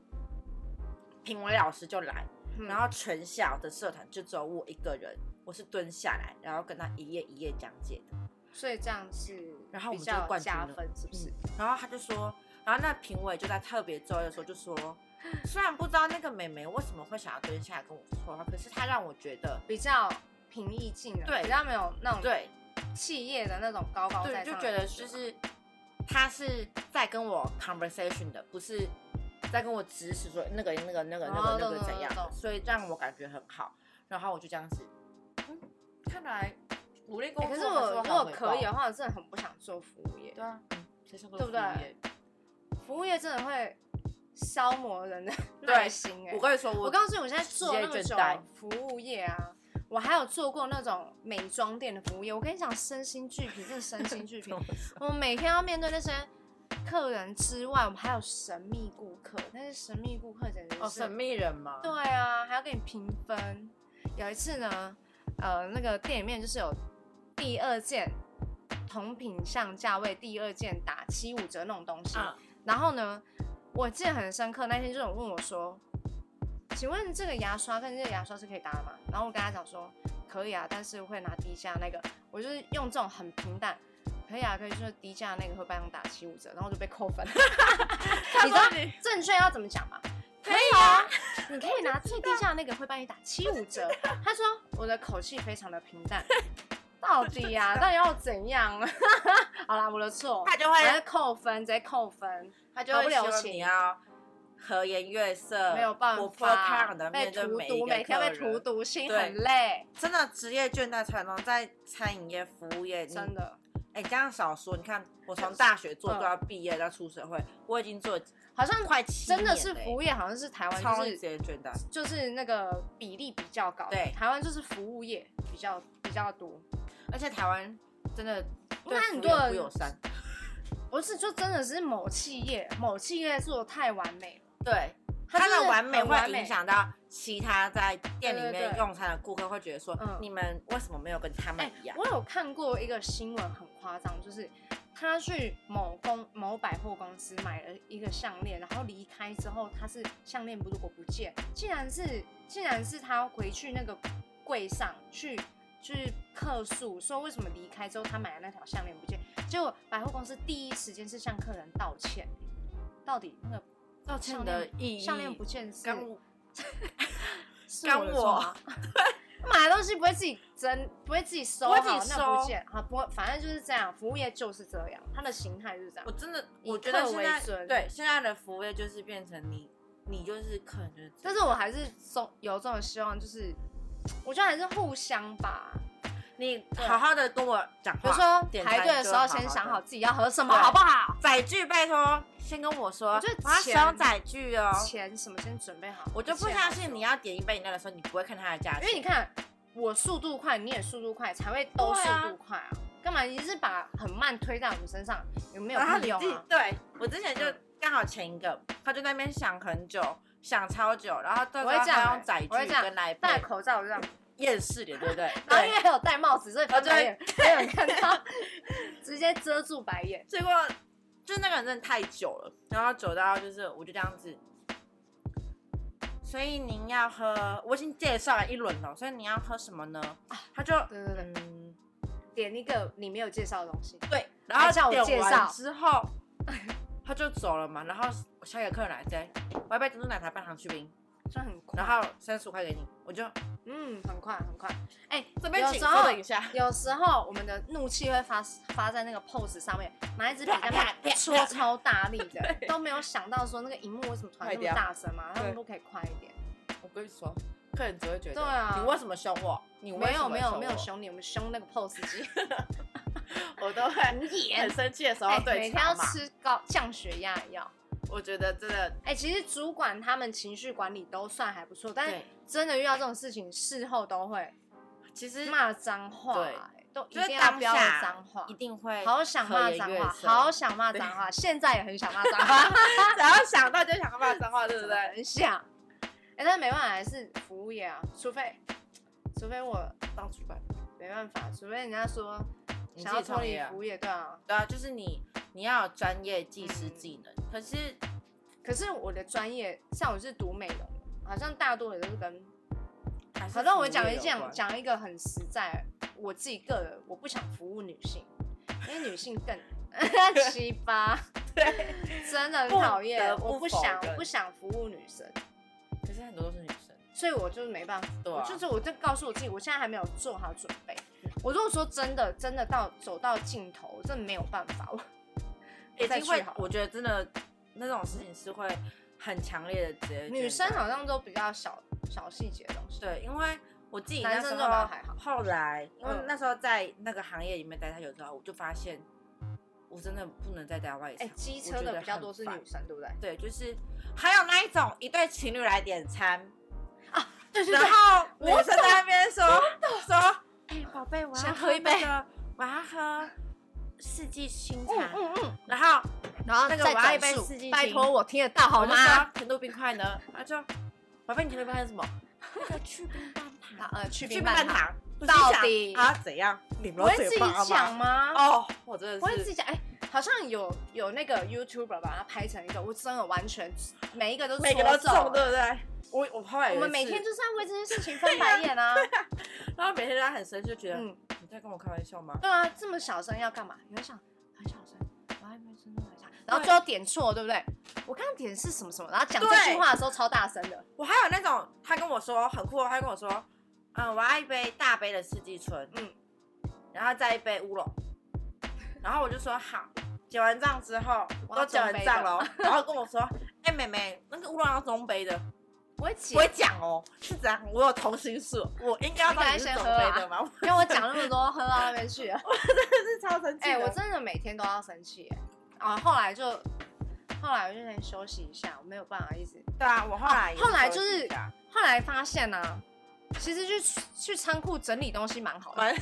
S2: 评委老师就来，
S1: 嗯
S2: 然后全校的社团就只有我一个人，我是蹲下来，然后跟他一页一页讲解的。
S1: 所以这样是
S2: 然后我
S1: 比
S2: 们就
S1: 较
S2: 冠军
S1: 加
S2: 了嗯
S1: 分，是不是？
S2: 然后他就说，然后那评委就在特别周的时候就说，虽然不知道那个美眉为什么会想要蹲下来跟我说话，可是她让我觉得，
S1: 比较平易近人，
S2: 对
S1: 比较没有那种
S2: 对
S1: 企业的那种高高
S2: 对，
S1: 在上的感，
S2: 就觉得就是她是在跟我 conversation 的，不是在跟我指使说那个那个那个那
S1: 哦
S2: 个那
S1: 懂
S2: 个
S1: 懂
S2: 怎
S1: 懂
S2: 样的，
S1: 懂
S2: 所以让我感觉很好。然后我就这样子，嗯，看来努力工
S1: 欸可是
S2: 作还是会
S1: 我
S2: 有
S1: 如
S2: 好
S1: 果
S2: 回
S1: 可以
S2: 报
S1: 的话，我真的很不想做服务业
S2: 对。啊，嗯，谁说
S1: 对不对服
S2: 服务业
S1: 务业真的会消磨人的
S2: 对
S1: 耐心哎、
S2: 我跟你说，
S1: 我
S2: 我
S1: 告诉你，我现在做那么
S2: 职
S1: 久
S2: 业倦怠
S1: 服务业啊，我还有做过那种美妆店的服务业。我跟你讲，身心俱疲，真的身心 俱疲。我们每天要面对那些客人之外，我们还有神秘顾客。那些神秘顾客简直、就是
S2: 哦，神秘人嘛，
S1: 对啊，还要给你评分。有一次呢，呃，那个店里面就是有第二件同品相价位第二件打七五折那种东西，
S2: 啊，
S1: 然后呢，我记得很深刻，那天就有人问我说：“请问这个牙刷跟这个牙刷是可以搭的吗？”然后我跟他讲说：“可以啊，但是会拿低价那个。”我就是用这种很平淡。可以啊，可以，就是低价那个会帮你打七五折，然后我就被扣分。你知道 正确要怎么讲吗？可以啊，你可以拿最低价那个会帮你打七五折。他说我的口气非常的平 淡，到底呀、到底要怎样？ 好啦，我的错，
S2: 他就
S1: 直接
S2: 会
S1: 扣分，直接扣分。
S2: 他就
S1: 毫
S2: 会
S1: 不
S2: 希
S1: 留
S2: 望
S1: 情
S2: 你要和颜悦色，
S1: 没有办
S2: 活泼开
S1: 法
S2: 朗的，
S1: 被
S2: 面对
S1: 荼
S2: 每一
S1: 毒，
S2: 个
S1: 每天
S2: 客
S1: 被
S2: 人
S1: 荼毒，心
S2: 对
S1: 很累，
S2: 真的职业倦怠传统在餐饮业、服务业，你
S1: 真的。
S2: 哎，你刚刚少说，你看我从大学做
S1: 嗯
S2: 到毕业到出社会，我已经做
S1: 好像
S2: 快七
S1: 真的
S2: 年
S1: 是
S2: 了
S1: 服务
S2: 欸
S1: 业，好像是台湾
S2: 超
S1: 就
S2: 级
S1: 是
S2: 职业倦怠，
S1: 就是那个比例比较高，
S2: 对
S1: 台湾就是服务业比较比较多。
S2: 而且台湾真的对
S1: 那很
S2: 服务
S1: 多
S2: 业
S1: 人
S2: 不友善，
S1: 不是，就真的是某企业，某企业做的太完美了，
S2: 对。
S1: 它
S2: 它
S1: 真
S2: 的完美
S1: 很完
S2: 会影响到其他在
S1: 对
S2: 店里
S1: 对
S2: 面
S1: 对
S2: 用餐的顾客，会觉得说
S1: 嗯
S2: 你们为什么没有跟他们
S1: 哎、
S2: 一样？
S1: 我有看过一个新闻，很夸张，就是他去某公某百货公司买了一个项链，然后离开之后，他是项链如果不见，竟然是竟然是他回去那个柜上去。去客诉说为什么离开之后他买的那条项链不见，结果百货公司第一时间是向客人道歉，到底那个
S2: 道
S1: 项
S2: 歉的
S1: 链
S2: 意义，
S1: 项链不见是
S2: 跟我
S1: 是我的错吗？ 买的东西不会自己整，不会自己收
S2: 不
S1: 好，
S2: 会自己
S1: 那
S2: 收
S1: 不见啊，不会，反正就是这样。服务业就是这样，它的形态就是这样
S2: 我。真的，
S1: 以
S2: 我觉得
S1: 客
S2: 现
S1: 为
S2: 在
S1: 尊
S2: 对现在的服务业就是变成你，你就是客人就是这样，
S1: 但是我还是中有这种希望，就是我觉得还是互相吧。
S2: 你
S1: 对
S2: 好好的跟我讲话，
S1: 比如说
S2: 点餐
S1: 排队的时候，先
S2: 就
S1: 想
S2: 好
S1: 好
S2: 的
S1: 自己要喝什么，
S2: 对
S1: 好不好？
S2: 载具，拜托先跟我说，
S1: 我觉得
S2: 我要使
S1: 钱
S2: 用载具哦，
S1: 钱什么先准备好。
S2: 我就不
S1: 一切
S2: 相
S1: 好
S2: 信
S1: 说
S2: 你，要点一杯饮料的时候，你不会看它的价
S1: 因
S2: 钱，
S1: 为你看我速度快，你也速度快，才会都
S2: 对
S1: 速
S2: 啊
S1: 度快啊。干嘛一直把很慢推在我们身上？有没有
S2: 然后
S1: 屁
S2: 你
S1: 用
S2: 自己
S1: 啊？
S2: 对我之前就
S1: 嗯
S2: 刚好前一个，他就在那边想很久，想超久，然后最
S1: 我
S2: 后
S1: 会这样
S2: 他
S1: 欸
S2: 用载具
S1: 我会这样
S2: 跟来
S1: 戴
S2: 配
S1: 口罩我就这样。
S2: 厌世脸，对不对？
S1: 然后
S2: 对
S1: 因为还有戴帽子，所以
S2: 哦
S1: 翻白
S2: 对
S1: 眼，没有人看到， 直接遮住白眼。
S2: 结果就是那个人真的太久了，然后久到就是我就这样子。所以您要喝，我已经介绍了一轮了，所以你要喝什么呢？他就
S1: 啊对对对，
S2: 嗯
S1: 点一个你没有介绍的东西，
S2: 对，然后
S1: 还叫我
S2: 点
S1: 介
S2: 完
S1: 绍
S2: 之后，他就走了嘛。然后下一个客人来接，我要杯珍珠奶茶半糖去冰，
S1: 就很快。
S2: 然后三十五块给你，我就
S1: 嗯，很快很快。哎、
S2: 这边
S1: 有
S2: 请
S1: 时候
S2: 稍等一下，
S1: 有时候我们的怒气会发发在那个 pose 上面，拿一支笔在那边戳超大力 的，都没有想到说那个荧幕为什么突然那么大声嘛，他们都可以快一点。
S2: 我跟你说，客人只会觉得，
S1: 对啊
S2: 你为什么凶我？你为
S1: 没
S2: 什
S1: 有
S2: 么
S1: 没有
S2: 我
S1: 没有，凶你，我们凶那个 pose 机，
S2: 我都会
S1: 很野
S2: 很生气的时候
S1: 哎，
S2: 对
S1: 每天要
S2: 查嘛
S1: 吃高降血压的药，
S2: 我觉得真的
S1: 哎、其实主管他们情绪管理都算还不错，但
S2: 对，
S1: 真的遇到这种事情，事后都会
S2: 其实
S1: 骂脏话、
S2: 对
S1: 哎都一
S2: 就是
S1: 定要
S2: 当
S1: 标
S2: 下
S1: 脏话
S2: 一。定会，
S1: 好想骂脏话， 好想骂
S2: 对
S1: 脏话，现在也很想骂脏 话，
S2: 只要想到就想骂脏话，对不对？
S1: 很想。哎、但是没办法，还是服务业啊，除非，除非我
S2: 当主管，
S1: 没办法，除非人家说
S2: 你
S1: 想
S2: 自
S1: 要
S2: 己
S1: 脱
S2: 创
S1: 离
S2: 业啊
S1: 服务业，对啊。
S2: 对啊，就是你你要有专业技师
S1: 嗯
S2: 技能，可是
S1: 可是我的专业，像我是读美容的，好像大多也都是跟
S2: 还是
S1: 反正我
S2: 服务
S1: 讲
S2: 业
S1: 一
S2: 有
S1: 讲
S2: 关
S1: 讲一个很实在，我自己个人我不想服务女性，因为女性 更奇葩，对，真的很
S2: 不
S1: 讨厌
S2: 得，不
S1: 我不
S2: 否
S1: 想我
S2: 认
S1: 不想服务女生，
S2: 可是很多都是女生，
S1: 所以我就是没办法，
S2: 对
S1: 我
S2: 啊
S1: 就是我就告诉我自己，我现在还没有做好准备。我如果说真的真的到走到尽头，我真的没有办法，我
S2: 已
S1: 再
S2: 经
S1: 去
S2: 会
S1: 好，了
S2: 我觉得真的那种事情是会很强烈的直接
S1: 女生
S2: 好。
S1: 好像都比较小小细节的东西，
S2: 对，因为我自己
S1: 男
S2: 那
S1: 生
S2: 时
S1: 就
S2: 候
S1: 还好
S2: 后来，因为
S1: 嗯
S2: 那时候在那个行业里面待太久之后，我就发现我真的不能再待外
S1: 哎、
S2: 场。
S1: 机
S2: 我
S1: 车
S2: 觉
S1: 的
S2: 得
S1: 比较
S2: 很
S1: 多是
S2: 烦
S1: 女生，对不对？
S2: 对，就是还有那一种一对情侣来点餐，
S1: 对
S2: 然 后
S1: 我
S2: 女生在那边说说，哎，宝贝，我
S1: 先
S2: 要
S1: 喝一
S2: 那
S1: 杯
S2: 个，我要喝四季清茶
S1: 嗯，嗯嗯。
S2: 然后
S1: 然后
S2: 那个
S1: 再
S2: 我要
S1: 转
S2: 一杯
S1: 述
S2: 四季
S1: 拜
S2: 青
S1: 托我听得到好
S2: 我就
S1: 吗？
S2: 说甜度冰块呢，他就宝贝，你甜度冰块是什么？ 那个去冰棒糖
S1: 啊呃，去
S2: 去
S1: 冰棒糖，
S2: 糖，
S1: 到底
S2: 啊怎样？你们
S1: 我会自己讲吗？
S2: 哦，我真的是
S1: 我会自己讲。哎，好像有有那个 YouTuber 把它拍成一个，我真的完全每一个都
S2: 每个都中，
S1: 中
S2: 对。不对？我我后来有
S1: 我
S2: 一
S1: 们每
S2: 次
S1: 天就是要为这件事情翻白眼啊。
S2: 然后每天都在很生气，就觉得
S1: 嗯，
S2: 你在跟我开玩笑吗？
S1: 对啊，这么小声要干嘛？你会想很小声，我还没真的很小，然后最后点错，对不对？我刚刚点是什么什么，然后讲这句
S2: 对
S1: 话的时候超大声的，
S2: 我还有那种他跟我说很酷哦，他跟我说，嗯，我要一杯大杯的四季春，
S1: 嗯，
S2: 然后再一杯乌龙，然后我就说好。结完账之后，
S1: 我要
S2: 都结完
S1: 中杯的
S2: 账了，哦然后跟我说：“哎、妹妹，那个乌龙要中杯的。”
S1: 我会急
S2: 不，会讲哦，是怎样？我有同心术，我应该要帮你是准
S1: 啊
S2: 备的吗？ 我
S1: 因为我讲那么多，喝到那边去了。
S2: 真的是超生气的。
S1: 哎、我真的每天都要生气哎、啊，后来就，后来我就先休息一下，我没有办法一直。
S2: 对啊，我后来也
S1: 哦后来就是
S2: 休息一下
S1: 后来发现呢、啊，其实去去仓库整理东西蛮好的，
S2: 完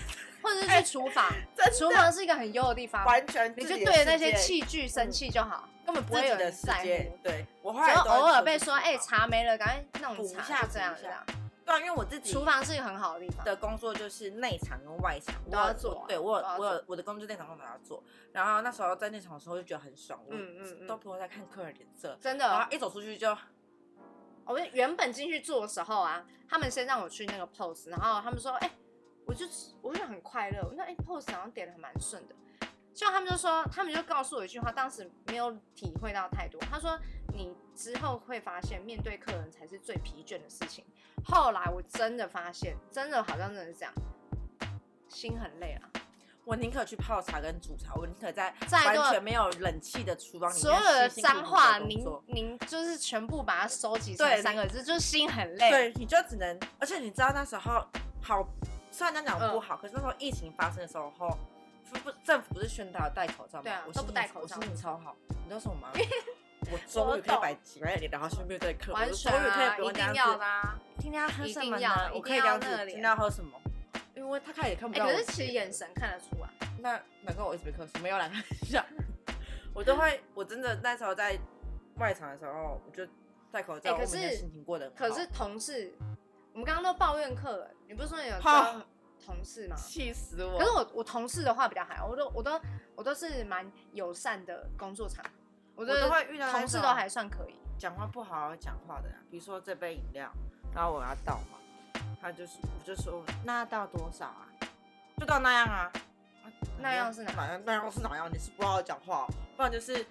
S1: 或者是去厨房，
S2: 哎 真的
S1: 厨房是一个很优的地方，
S2: 完全
S1: 你
S2: 自
S1: 就
S2: 己
S1: 对
S2: 的
S1: 着那些
S2: 世界嗯
S1: 器具生气就好，根本不
S2: 自
S1: 会
S2: 己
S1: 有
S2: 的
S1: 人
S2: 世
S1: 在
S2: 界
S1: 乎。。
S2: 对我后来
S1: 然
S2: 都
S1: 后
S2: 会
S1: 偶尔被
S2: 自己
S1: 说哎、
S2: 弄
S1: 茶没了，赶快弄
S2: 补一
S1: 茶，
S2: 下
S1: 就这样
S2: 补一
S1: 这样
S2: 下。对啊，因为我自己
S1: 厨房是一个很好的地方，
S2: 的工作就是内场跟外场
S1: 都要
S2: 我有
S1: 做啊
S2: 我对我
S1: 都要
S2: 有
S1: 做
S2: 我有我的工作内场工作都要做。然后那时候在内场的时候就觉得很爽，我
S1: 嗯嗯嗯
S2: 都不用再看客人脸色，
S1: 真
S2: 然
S1: 的哦
S2: 后。一走出去就
S1: 我原本进去做的时候啊，他们先让我去那个 pose，然后他们说，哎、我就我就很快乐，我那哎、pose 好像点的还蛮顺的。就他们就说，他们就告诉我一句话，当时没有体会到太多。他说，你之后会发现，面对客人才是最疲倦的事情。后来我真的发现，真的好像真的是这样，心很累啊。
S2: 我宁可去泡茶跟煮茶，我宁可在
S1: 再多
S2: 完全没有冷气的厨房里面，
S1: 所有的
S2: 辛辛苦
S1: 脏
S2: 苦
S1: 话，
S2: 地工
S1: 您
S2: 作
S1: 您就是全部把它收集成
S2: 对
S1: 三个字，就是心很累。
S2: 对，你就只能，而且你知道那时候好，虽然那讲
S1: 嗯
S2: 不好，可是那时候疫情发生的时候，是不政府不是宣导戴口罩吗？
S1: 对啊
S2: 我心
S1: 都不
S2: 情
S1: 戴口罩
S2: 我心情超好，你知道什么 吗？我终于可以摆几百脸，然后去面对客人，
S1: 完
S2: 我
S1: 全
S2: 终于可以
S1: 啊，
S2: 不
S1: 一
S2: 用这样
S1: 定
S2: 子。
S1: 要的啊。
S2: 今天要喝什么
S1: 一定要
S2: 呢？我可以这样
S1: 一定要那
S2: 子，
S1: 脸
S2: 今天要喝什么？因为他看也看不
S1: 哎、
S2: 到我。
S1: 可是其实眼神看得出来，
S2: 那难怪我一直被克数，没有啦，开玩笑。我都会，我真的那时候在外场的时候，我就戴口罩，
S1: 哎可
S2: 我每天
S1: 是
S2: 心情过得很好。
S1: 可 是同事，我们刚刚都抱怨客人，你不是说你有
S2: 好
S1: 招同事吗？
S2: 气死我！
S1: 可是我我同事的话比较还好，我都我都我都是蛮友善的工作场，我
S2: 我
S1: 的
S2: 都会遇到那
S1: 同事
S2: 种
S1: 都还算可以。
S2: 讲话不好好讲话的、啊，比如说这杯饮料，然后我要倒嘛，他就是我就说那倒多少啊？就倒那样啊？啊
S1: 那样是哪
S2: 哪样？那样是哪样？你是不好好讲话哦、不然就是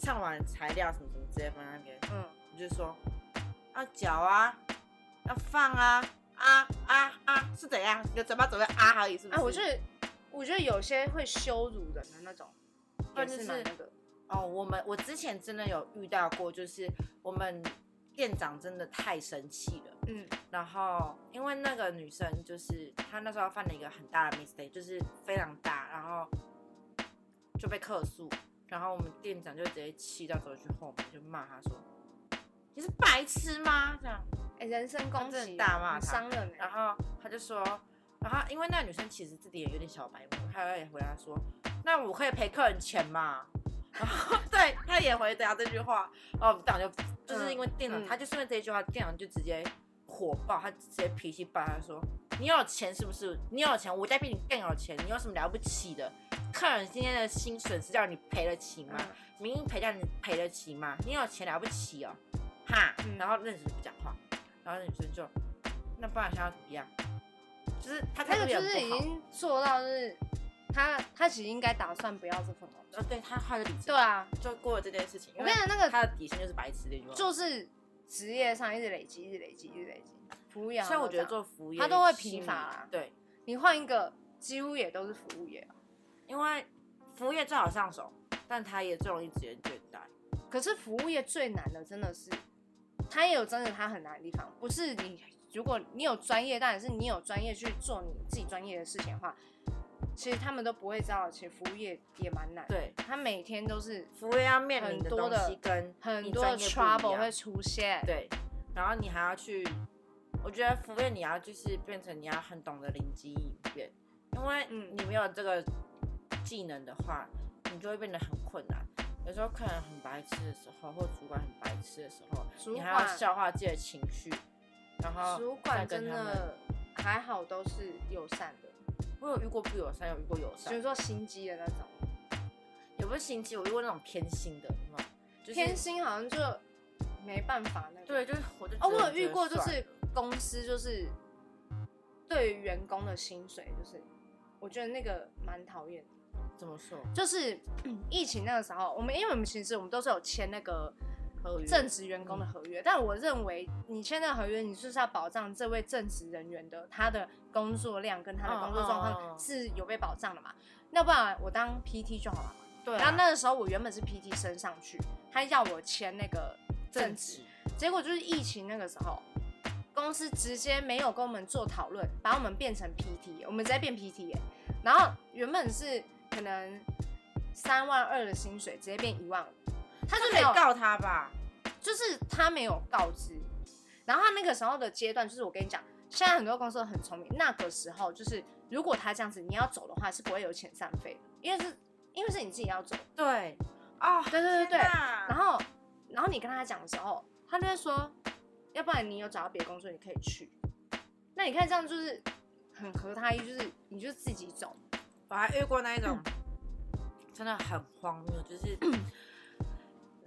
S2: 唱完材料什么什么直接放在那边，
S1: 嗯，
S2: 我就说要搅啊，要放啊啊啊啊，是怎样？你的嘴巴只会啊而已，是不
S1: 哎、
S2: 是？
S1: 我觉得我觉得有些会羞辱人的那种，
S2: 那
S1: 也
S2: 就是
S1: 是蛮那个。
S2: 哦，我们我之前真的有遇到过，就是我们店长真的太生气了。
S1: 嗯，
S2: 然后因为那个女生就是她那时候犯了一个很大的 mistake，就是非常大，然后就被客诉，然后我们店长就直接气到走去后门，就骂他说：“你是白痴吗？”这样，
S1: 哎、人身攻
S2: 真的
S1: 击，
S2: 大骂
S1: 很
S2: 他啊
S1: 伤人欸、
S2: 然后他就说，然后因为那女生其实自己也有点小白目，她也回答说：“那我可以赔客人钱嘛？”然后 对，他也回答这句话，哦，我们店长就就是因为店长，
S1: 嗯
S2: 他就是因为这句话，店长就直接火爆，他直接脾气爆，他说：“你有钱是不是？你有钱，我再比你更有钱，你有什么了不起的？客人今天的薪水是让你赔得起吗？
S1: 嗯
S2: 明明赔掉你赔得起吗？你有钱了不起哦，哈！
S1: 嗯
S2: 然后那女生就不讲话，然后那女生就，那不然想要怎么样？就是她态
S1: 那
S2: 度
S1: 个
S2: 也
S1: 就
S2: 很
S1: 是已
S2: 不好，
S1: 经做到，就是他他其实应该打算不要这份工作。
S2: 呃，对她她的理智，
S1: 对，啊，
S2: 就过了这件事情，
S1: 我跟你讲，那个
S2: 她的底线就是白痴的
S1: 啊
S2: 句话。
S1: 就是职业上一直累积，一直累积，一直累积。服务业好
S2: 像我
S1: 都
S2: 觉得
S1: 这样
S2: 做服务业，
S1: 她都会疲乏啊
S2: 对，
S1: 你换一个，几乎也都是服务业啊。
S2: 因为服务业最好上手，但她也最容易职业倦怠。
S1: 可是服务业最难的真的是，它也有真的它很难的地方，不是你如果你有专业，当然是你有专业去做你自己专业的事情的话，其实他们都不会知道，其实服务业也蛮难的，
S2: 对，
S1: 他每天都是
S2: 服务业要面临
S1: 很多
S2: 东
S1: 的
S2: 西跟
S1: 很
S2: 你
S1: 多
S2: 专
S1: 的
S2: 业不一样
S1: trouble 会出现，
S2: 对，然后你还要去，我觉得服务业你要就是变成你要很懂得灵机应变，因为
S1: 嗯
S2: 你没有这个技能的话，你就会变得很困难。有时候客人很白痴的时候，或主管很白痴的时候，
S1: 主
S2: 你还要
S1: 管
S2: 消化自己的情绪，然后
S1: 主
S2: 再
S1: 管
S2: 跟
S1: 真
S2: 他们。
S1: 的还好，都是友善的，
S2: 我有遇过不友善，有遇过友
S1: 比如
S2: 善，
S1: 说心机的那种，
S2: 也不是心机，我遇过那种偏心的，有没有就是
S1: 天心好像就没办法那个。
S2: 对，就是我就
S1: 哦，
S2: 只
S1: 我有
S2: 能
S1: 遇
S2: 觉得
S1: 过，就
S2: 算
S1: 是
S2: 了
S1: 公司就是对于员工的薪水，就是我觉得那个蛮讨厌的。
S2: 怎么说
S1: 就是 疫情那个时候，我们因为我们其实我们都是有签那个
S2: 合约嗯
S1: 正职员工的合约，但我认为你签那个合约，你就是要保障这位正职人员的他的工作量跟他的工作状
S2: 嗯嗯嗯
S1: 况
S2: 嗯
S1: 是有被保障的嘛？要不然我当 PT 就好了嘛。
S2: 对
S1: 然
S2: 啊
S1: 后那个时候我原本是 PT 升上去，他要我签那个正
S2: 正
S1: 职
S2: 职，
S1: 结果就是疫情那个时候，公司直接没有跟我们做讨论，把我们变成 PT，我们直接变 PT 耶、然后原本是可能三万二的薪水，直接变一万五，他就
S2: 就
S1: 没
S2: 可以
S1: 有，
S2: 告他吧？
S1: 就是他没有告知。然后他那个时候的阶段，就是我跟你讲，现在很多公司都很聪明，那个时候就是如果他这样子你要走的话，是不会有遣散费的，因为是因为是你自己要走。
S2: 对，哦，
S1: 对对对对
S2: 天哪
S1: 然后然后你跟他讲的时候，他就会说，要不然你有找到别的工作，你可以去。那你看这样就是很合他意，就是你就自己走。
S2: 我还遇过那一种，
S1: 嗯
S2: 真的很荒谬，就是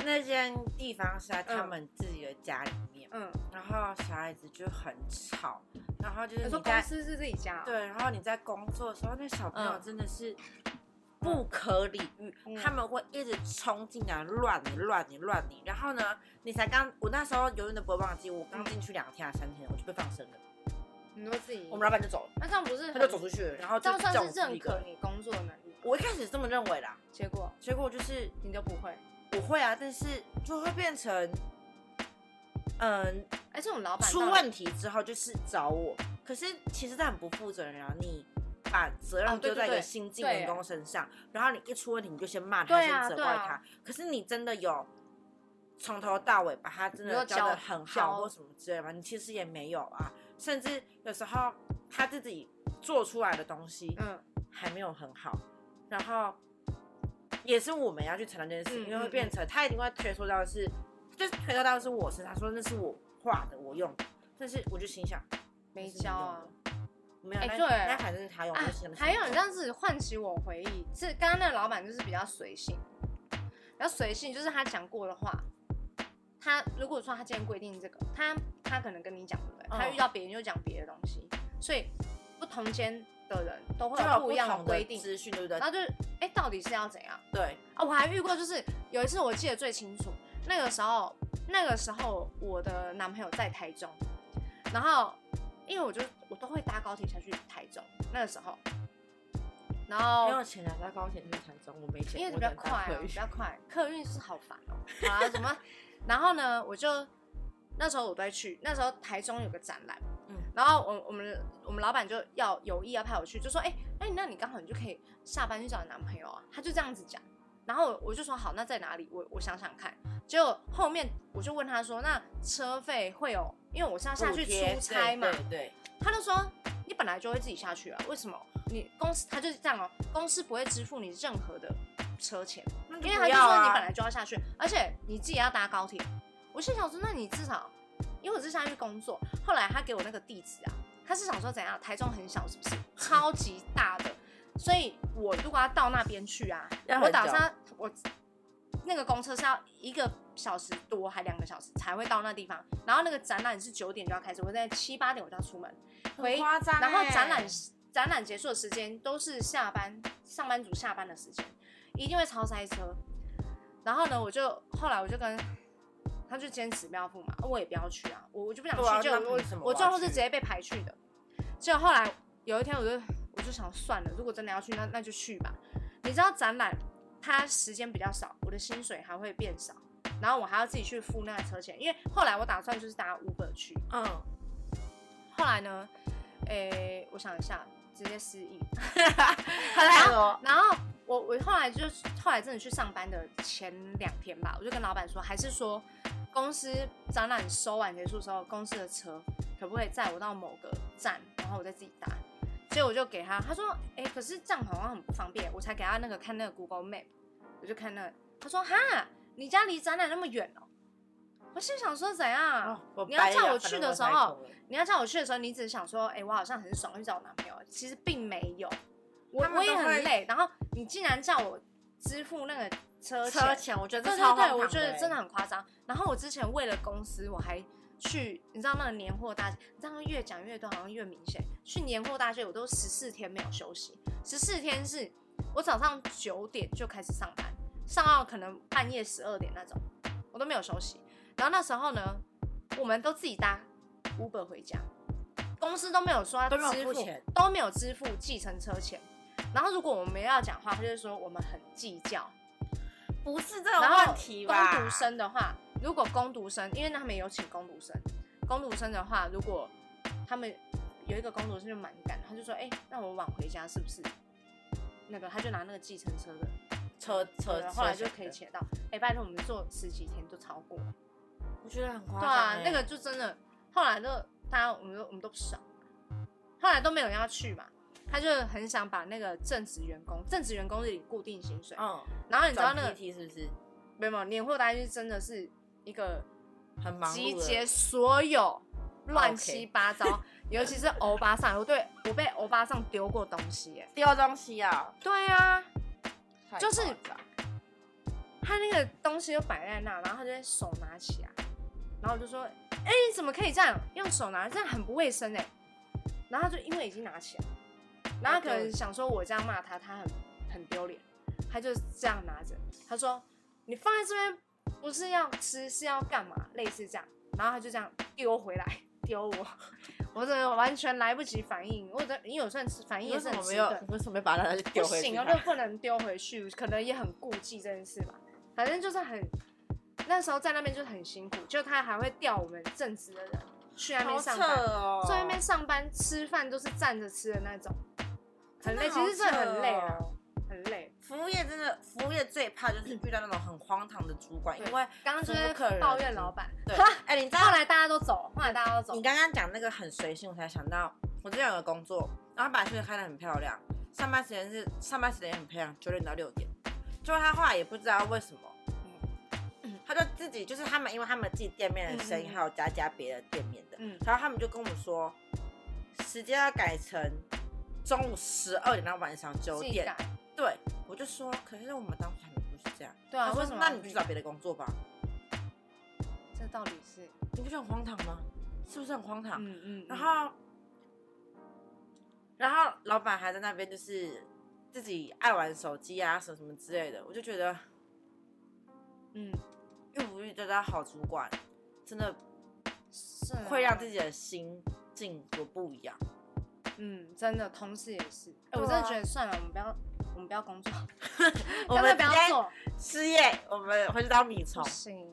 S2: 那间地方是在他
S1: 嗯
S2: 们自己的家里面，
S1: 嗯，
S2: 然后小孩子就很吵，然后就是
S1: 你说公
S2: 你在
S1: 司是自己家、哦，
S2: 对，然后你在工作的时候，那小朋友
S1: 嗯
S2: 真的是不可理喻，
S1: 嗯
S2: 他们会一直冲进来乱你乱你乱你，然后呢，你才刚我那时候永远都不会忘记，我
S1: 嗯
S2: 刚进去两天还是三天，我就被放生了，
S1: 你说自己，
S2: 我们老板就走了，
S1: 那这样不是
S2: 他
S1: 很
S2: 就走出去了，然后
S1: 这
S2: 就
S1: 样算
S2: 叫我
S1: 是
S2: 自己
S1: 认
S2: 一个
S1: 可
S2: 人。
S1: 你工作的能力吗，
S2: 我一开始这么认为啦，
S1: 结果
S2: 结果就是
S1: 你都不会。
S2: 我会啊，但是就会变成，嗯、
S1: 哎，这种老板
S2: 出
S1: 到底
S2: 问题之后就是找我。可是其实这很不负责任啊，你把责
S1: 哦
S2: 任
S1: 对
S2: 丢在一
S1: 对对
S2: 个新进
S1: 对
S2: 员工身上，然后你一出问题你就先骂他，
S1: 对啊
S2: 先责
S1: 对
S2: 怪
S1: 啊
S2: 他。可是你真的有从头到尾把他真
S1: 你
S2: 的
S1: 说
S2: 教的
S1: 教
S2: 很
S1: 教
S2: 好或什么之类吗？你其实也没有啊，甚至有时候他自己做出来的东西，
S1: 嗯，
S2: 还没有很好，然后也是我们要去承担这件事，
S1: 嗯
S2: 因为会变成他一定会推说到的是，就是推说到的是我身上，说那是我画的，我用的，但是我就心想
S1: 没教啊。，
S2: 那是你用的没有，
S1: 哎
S2: 那
S1: 对
S2: 那反正是他用，
S1: 啊
S2: 我就心想，
S1: 还有你这样子唤起我回忆，是刚刚那个老板就是比较随性，比较随性，就是他讲过的话，他如果说他今天规定这个，他他可能跟你讲对不对？
S2: 嗯
S1: 他遇到别人就讲别的东西，所以不同间的人都会
S2: 就有
S1: 不一样
S2: 同
S1: 规
S2: 的
S1: 定，
S2: 资讯，对不对
S1: 然？后就是哎、到底是要怎样
S2: 对，
S1: 啊？我还遇过，就是有一次我记得最清楚，那个时候那个时候我的男朋友在台中，然后因为我就我都会搭高铁下去台中，那个时候，然
S2: 没
S1: 后
S2: 有钱来搭高铁去台中，我没钱，
S1: 哦因为
S2: 我
S1: 比较
S2: 只能搭
S1: 快、啊
S2: 客，运
S1: 比较快，客运是好烦哦、好啊，什 么？然后呢，我就那时候我都会去，那时候台中有个展览，
S2: 嗯
S1: 然后我我们我们老板就要有意要派我去，就说，哎、那你那你刚好你就可以下班去找你男朋友啊，他就这样子讲，然后我就说好，那在哪里？我我想想看。结果后面我就问他说，那车费会有？因为我是要下去
S2: 补贴
S1: 出差嘛。
S2: 对对对
S1: 他就说你本来就会自己下去啊，为什么？你公司他就是这样哦、公司不会支付你任何的车钱，
S2: 那
S1: 因为
S2: 不
S1: 他就
S2: 要
S1: 说
S2: 啊
S1: 你本来就要下去，而且你自己要搭高铁。我心想说，那你至少，因为我是下去工作，后来他给我那个地址啊，他是想说怎样，台中很小是不是？超级大的，所以我如果要到那边去啊，
S2: 要
S1: 我
S2: 很
S1: 打
S2: 久
S1: 算我那个公车是要一个小时多还两个小时才会到那地方，然后那个展览是九点就要开始，我在七八点我就要出门，回
S2: 很夸张欸、
S1: 然后展览展览结束的时间都是下班上班族下班的时间，一定会超塞车。然后呢，我就后来我就跟他就坚持不要付嘛，我也不要去啊，我我就不想
S2: 对啊
S1: 去，就
S2: 那
S1: 我
S2: 凭什么
S1: 我
S2: 我要
S1: 最后是
S2: 去
S1: 直接被排去的。结果后来有一天，我就我就想算了，如果真的要去，那那就去吧。你知道展览它时间比较少，我的薪水还会变少，然后我还要自己去付那个车钱，因为后来我打算就是搭 Uber 去，
S2: 嗯，
S1: 后来呢，诶、我想一下，直接失忆。
S2: 很
S1: 然
S2: 好
S1: 后
S2: 哦，
S1: 然后我我后来就是后来真的去上班的前两天吧，我就跟老板说，还是说公司展览收完结束之后，公司的车可不可以载我到某个站，然后我再自己搭。所以我就给他，他说，哎、可是这样好像很不方便，我才给他那个看那个 Google Map，我就看那个他说，哈，你家离展览那么远哦。我心想说怎样？
S2: 哦我
S1: 你要
S2: 白
S1: 叫
S2: 了
S1: 我
S2: 反
S1: 去
S2: 正
S1: 的
S2: 我
S1: 时
S2: 才
S1: 候
S2: 懂了
S1: 你要叫我去的时候，你只是想说，哎、我好像很爽去找我男朋友，其实并没有，我
S2: 他们
S1: 我也
S2: 都
S1: 很
S2: 会
S1: 累。然后你竟然叫我支付那个车钱，
S2: 车钱，我觉得
S1: 对
S2: 这
S1: 对
S2: 超荒
S1: 对，
S2: 唐
S1: 我觉得
S2: 欸
S1: 真的很夸张。然后我之前为了公司，我还去，你知道那个年货大，你这样越讲越多，好像越明显。去年货大街，我都十四天没有休息，十四天是我早上九点就开始上班，上到可能半夜十二点那种，我都没有休息。然后那时候呢，我们都自己搭 Uber 回家，公司都没有说要
S2: 都没有
S1: 支付
S2: 付钱，
S1: 都没有支付计程车钱。然后如果我们要讲话，他就说我们很计较。
S2: 不是这种
S1: 然后
S2: 问题
S1: 攻
S2: 吧？
S1: 读生的话，如果攻读生，因为他们有请攻读生，攻读生的话，如果他们有一个攻读生就蛮赶，他就说：“哎、那我晚回家是不是？”那个他就拿那个计程车的
S2: 车车
S1: 对，
S2: 车
S1: 后来就
S2: 钱
S1: 可以
S2: 的
S1: 请得到。哎、拜托，我们做十几天都超过了，
S2: 我觉得很夸
S1: 对
S2: 张
S1: 啊
S2: 欸。，
S1: 那个就真的，后来就大家我们都我们都不爽，后来都没有人要去嘛。他就很想把那个正职员工，正职员工是领固定薪水，
S2: 嗯，
S1: 然后你知道那
S2: 转
S1: 个
S2: PT 是不是
S1: 没有没有年货大就是真的是一个
S2: 很忙碌
S1: 集
S2: 的哦
S1: 结所有乱七八糟 尤其是欧巴桑，我对我被欧巴桑丢过东西哎、
S2: 丢东西啊？
S1: 对啊，
S2: 太
S1: 就是
S2: 夸张
S1: 他那个东西就摆在那，然后他就会手拿起来，然后我就说：“哎、你怎么可以这样用手拿？这样很不卫生哎、然后他就因为已经拿起来，然后他可能想说我这样骂他，他很很丢脸，他就这样拿着，他说：“你放在这边不是要吃，是要干嘛？”类似这样，然后他就这样丢回来丢我， 我真的完全来不及反应，我的因为我算是反应
S2: 你
S1: 也
S2: 为
S1: 是
S2: 什
S1: 很
S2: 么没
S1: 迟
S2: 有
S1: 钝？
S2: 你为什么没把它
S1: 不
S2: 丢回去
S1: 行
S2: 拿？
S1: 啊，就不能丢回去，可能也很顾忌这件事吧。反正就是很，那时候在那边就是很辛苦，就他还会调我们正职的人去那边
S2: 好
S1: 上
S2: 扯
S1: 班，
S2: 哦！
S1: 在那边上班吃饭都是站着吃的那种，很
S2: 真的
S1: 累，其
S2: 好
S1: 实真的
S2: 扯
S1: 很累啊，
S2: 哦
S1: 很累。
S2: 服务业真的，服务业最怕就是遇到那种很荒唐的主管，
S1: 对
S2: 因为
S1: 刚刚就
S2: 服务客
S1: 是
S2: 人
S1: 抱怨老板，
S2: 对
S1: 哈，
S2: 哎，你知道
S1: 后来大家都走，后来大家都走
S2: 你，刚刚讲那个很随性，我才想到我之前有个工作，然后把裙子开得很漂亮，上班时间是上班时间也很漂亮，九点到六点。结果他后来也不知道为什么，嗯，他就自己就是他们，因为他们自己店面的生意，
S1: 嗯嗯嗯
S2: 还有加加别的店面的，
S1: 嗯
S2: 然后他们就跟我说，时间要改成中午十二点到晚上九
S1: 自己
S2: 点
S1: 改。
S2: 对，我就说，可是我们当初还不是这样。
S1: 对啊
S2: 他说
S1: 为什么
S2: 那你去找别的工作吧，
S1: 这到底是，
S2: 你不觉得很荒唐吗？是不是很荒唐？
S1: 嗯嗯，
S2: 啊然后，然后老板还在那边就是自己爱玩手机啊，什么什么之类的，我就觉得
S1: 嗯，
S2: 遇不遇得到好主管，真的
S1: 是啊
S2: 会让自己的心境有不一样。
S1: 嗯，真的，同事也是。哎、我
S2: 对
S1: 真的
S2: 啊
S1: 觉得算了，我们不要，我们不要工作，
S2: 我
S1: 真的
S2: 们
S1: 不要
S2: 直接
S1: 做，
S2: 失业，我们回去当米虫
S1: 不。行。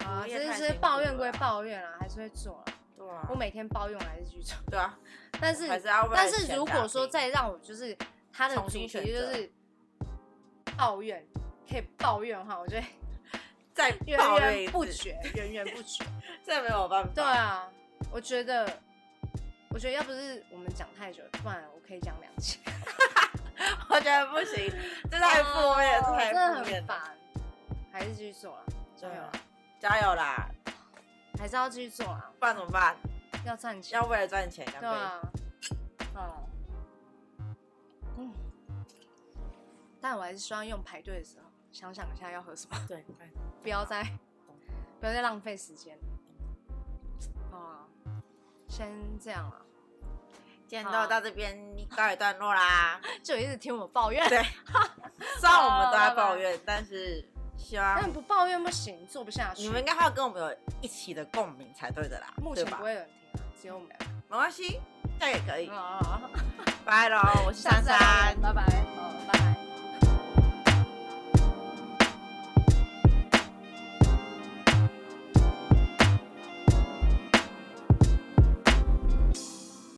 S1: 好啊，
S2: 服务
S1: 只
S2: 业
S1: 是
S2: 太
S1: 只是
S2: 辛
S1: 抱
S2: 苦
S1: 怨归
S2: 了啊
S1: 抱怨啦，还是会做啦。
S2: 对啊
S1: 我，每天抱怨，我还是去做。
S2: 对啊，
S1: 但是，
S2: 还是要为了
S1: 但是
S2: 钱
S1: 如
S2: 打
S1: 果说
S2: 拼
S1: 再让我就是他的
S2: 重
S1: 主
S2: 新
S1: 题
S2: 选
S1: 就
S2: 择
S1: 是抱怨，可以抱怨的话，我就 会
S2: 再
S1: 源
S2: 抱怨一
S1: 源不
S2: 次，
S1: 绝，源源不 绝。
S2: 这没有办法。
S1: 对啊，我觉得，我觉得要不是我们讲太久，不然我可以讲两期。
S2: 我觉得不行，这太负面，
S1: 哦
S2: 这太
S1: 真的
S2: 负面
S1: 很
S2: 了。啊
S1: 烦。还是继续做啦，加油啦，
S2: 加油啦！
S1: 还是要继续做啦，
S2: 不然怎么办？
S1: 要赚钱
S2: 要。为了赚钱干
S1: 对
S2: 杯！
S1: 啊，哦，嗯，但我还是希望用排队的时候想想一下要喝什么，
S2: 对，
S1: 不要再不要再浪费时间。哦，先这样啊，
S2: 今天就到这边告一段 落啦。
S1: 就一直听我抱怨，
S2: 对虽然我们都在抱怨，但是希望
S1: 但不抱怨不行，做不下去。
S2: 啊你们应该还有跟我们有一起的共鸣才对的啦，
S1: 目
S2: 对
S1: 前
S2: 吧
S1: 不？会有人听啊，只有我们两个。
S2: 没关系，这样也可以。
S1: 啊
S2: 拜喽，我是珊
S1: 下次再聊
S2: 珊。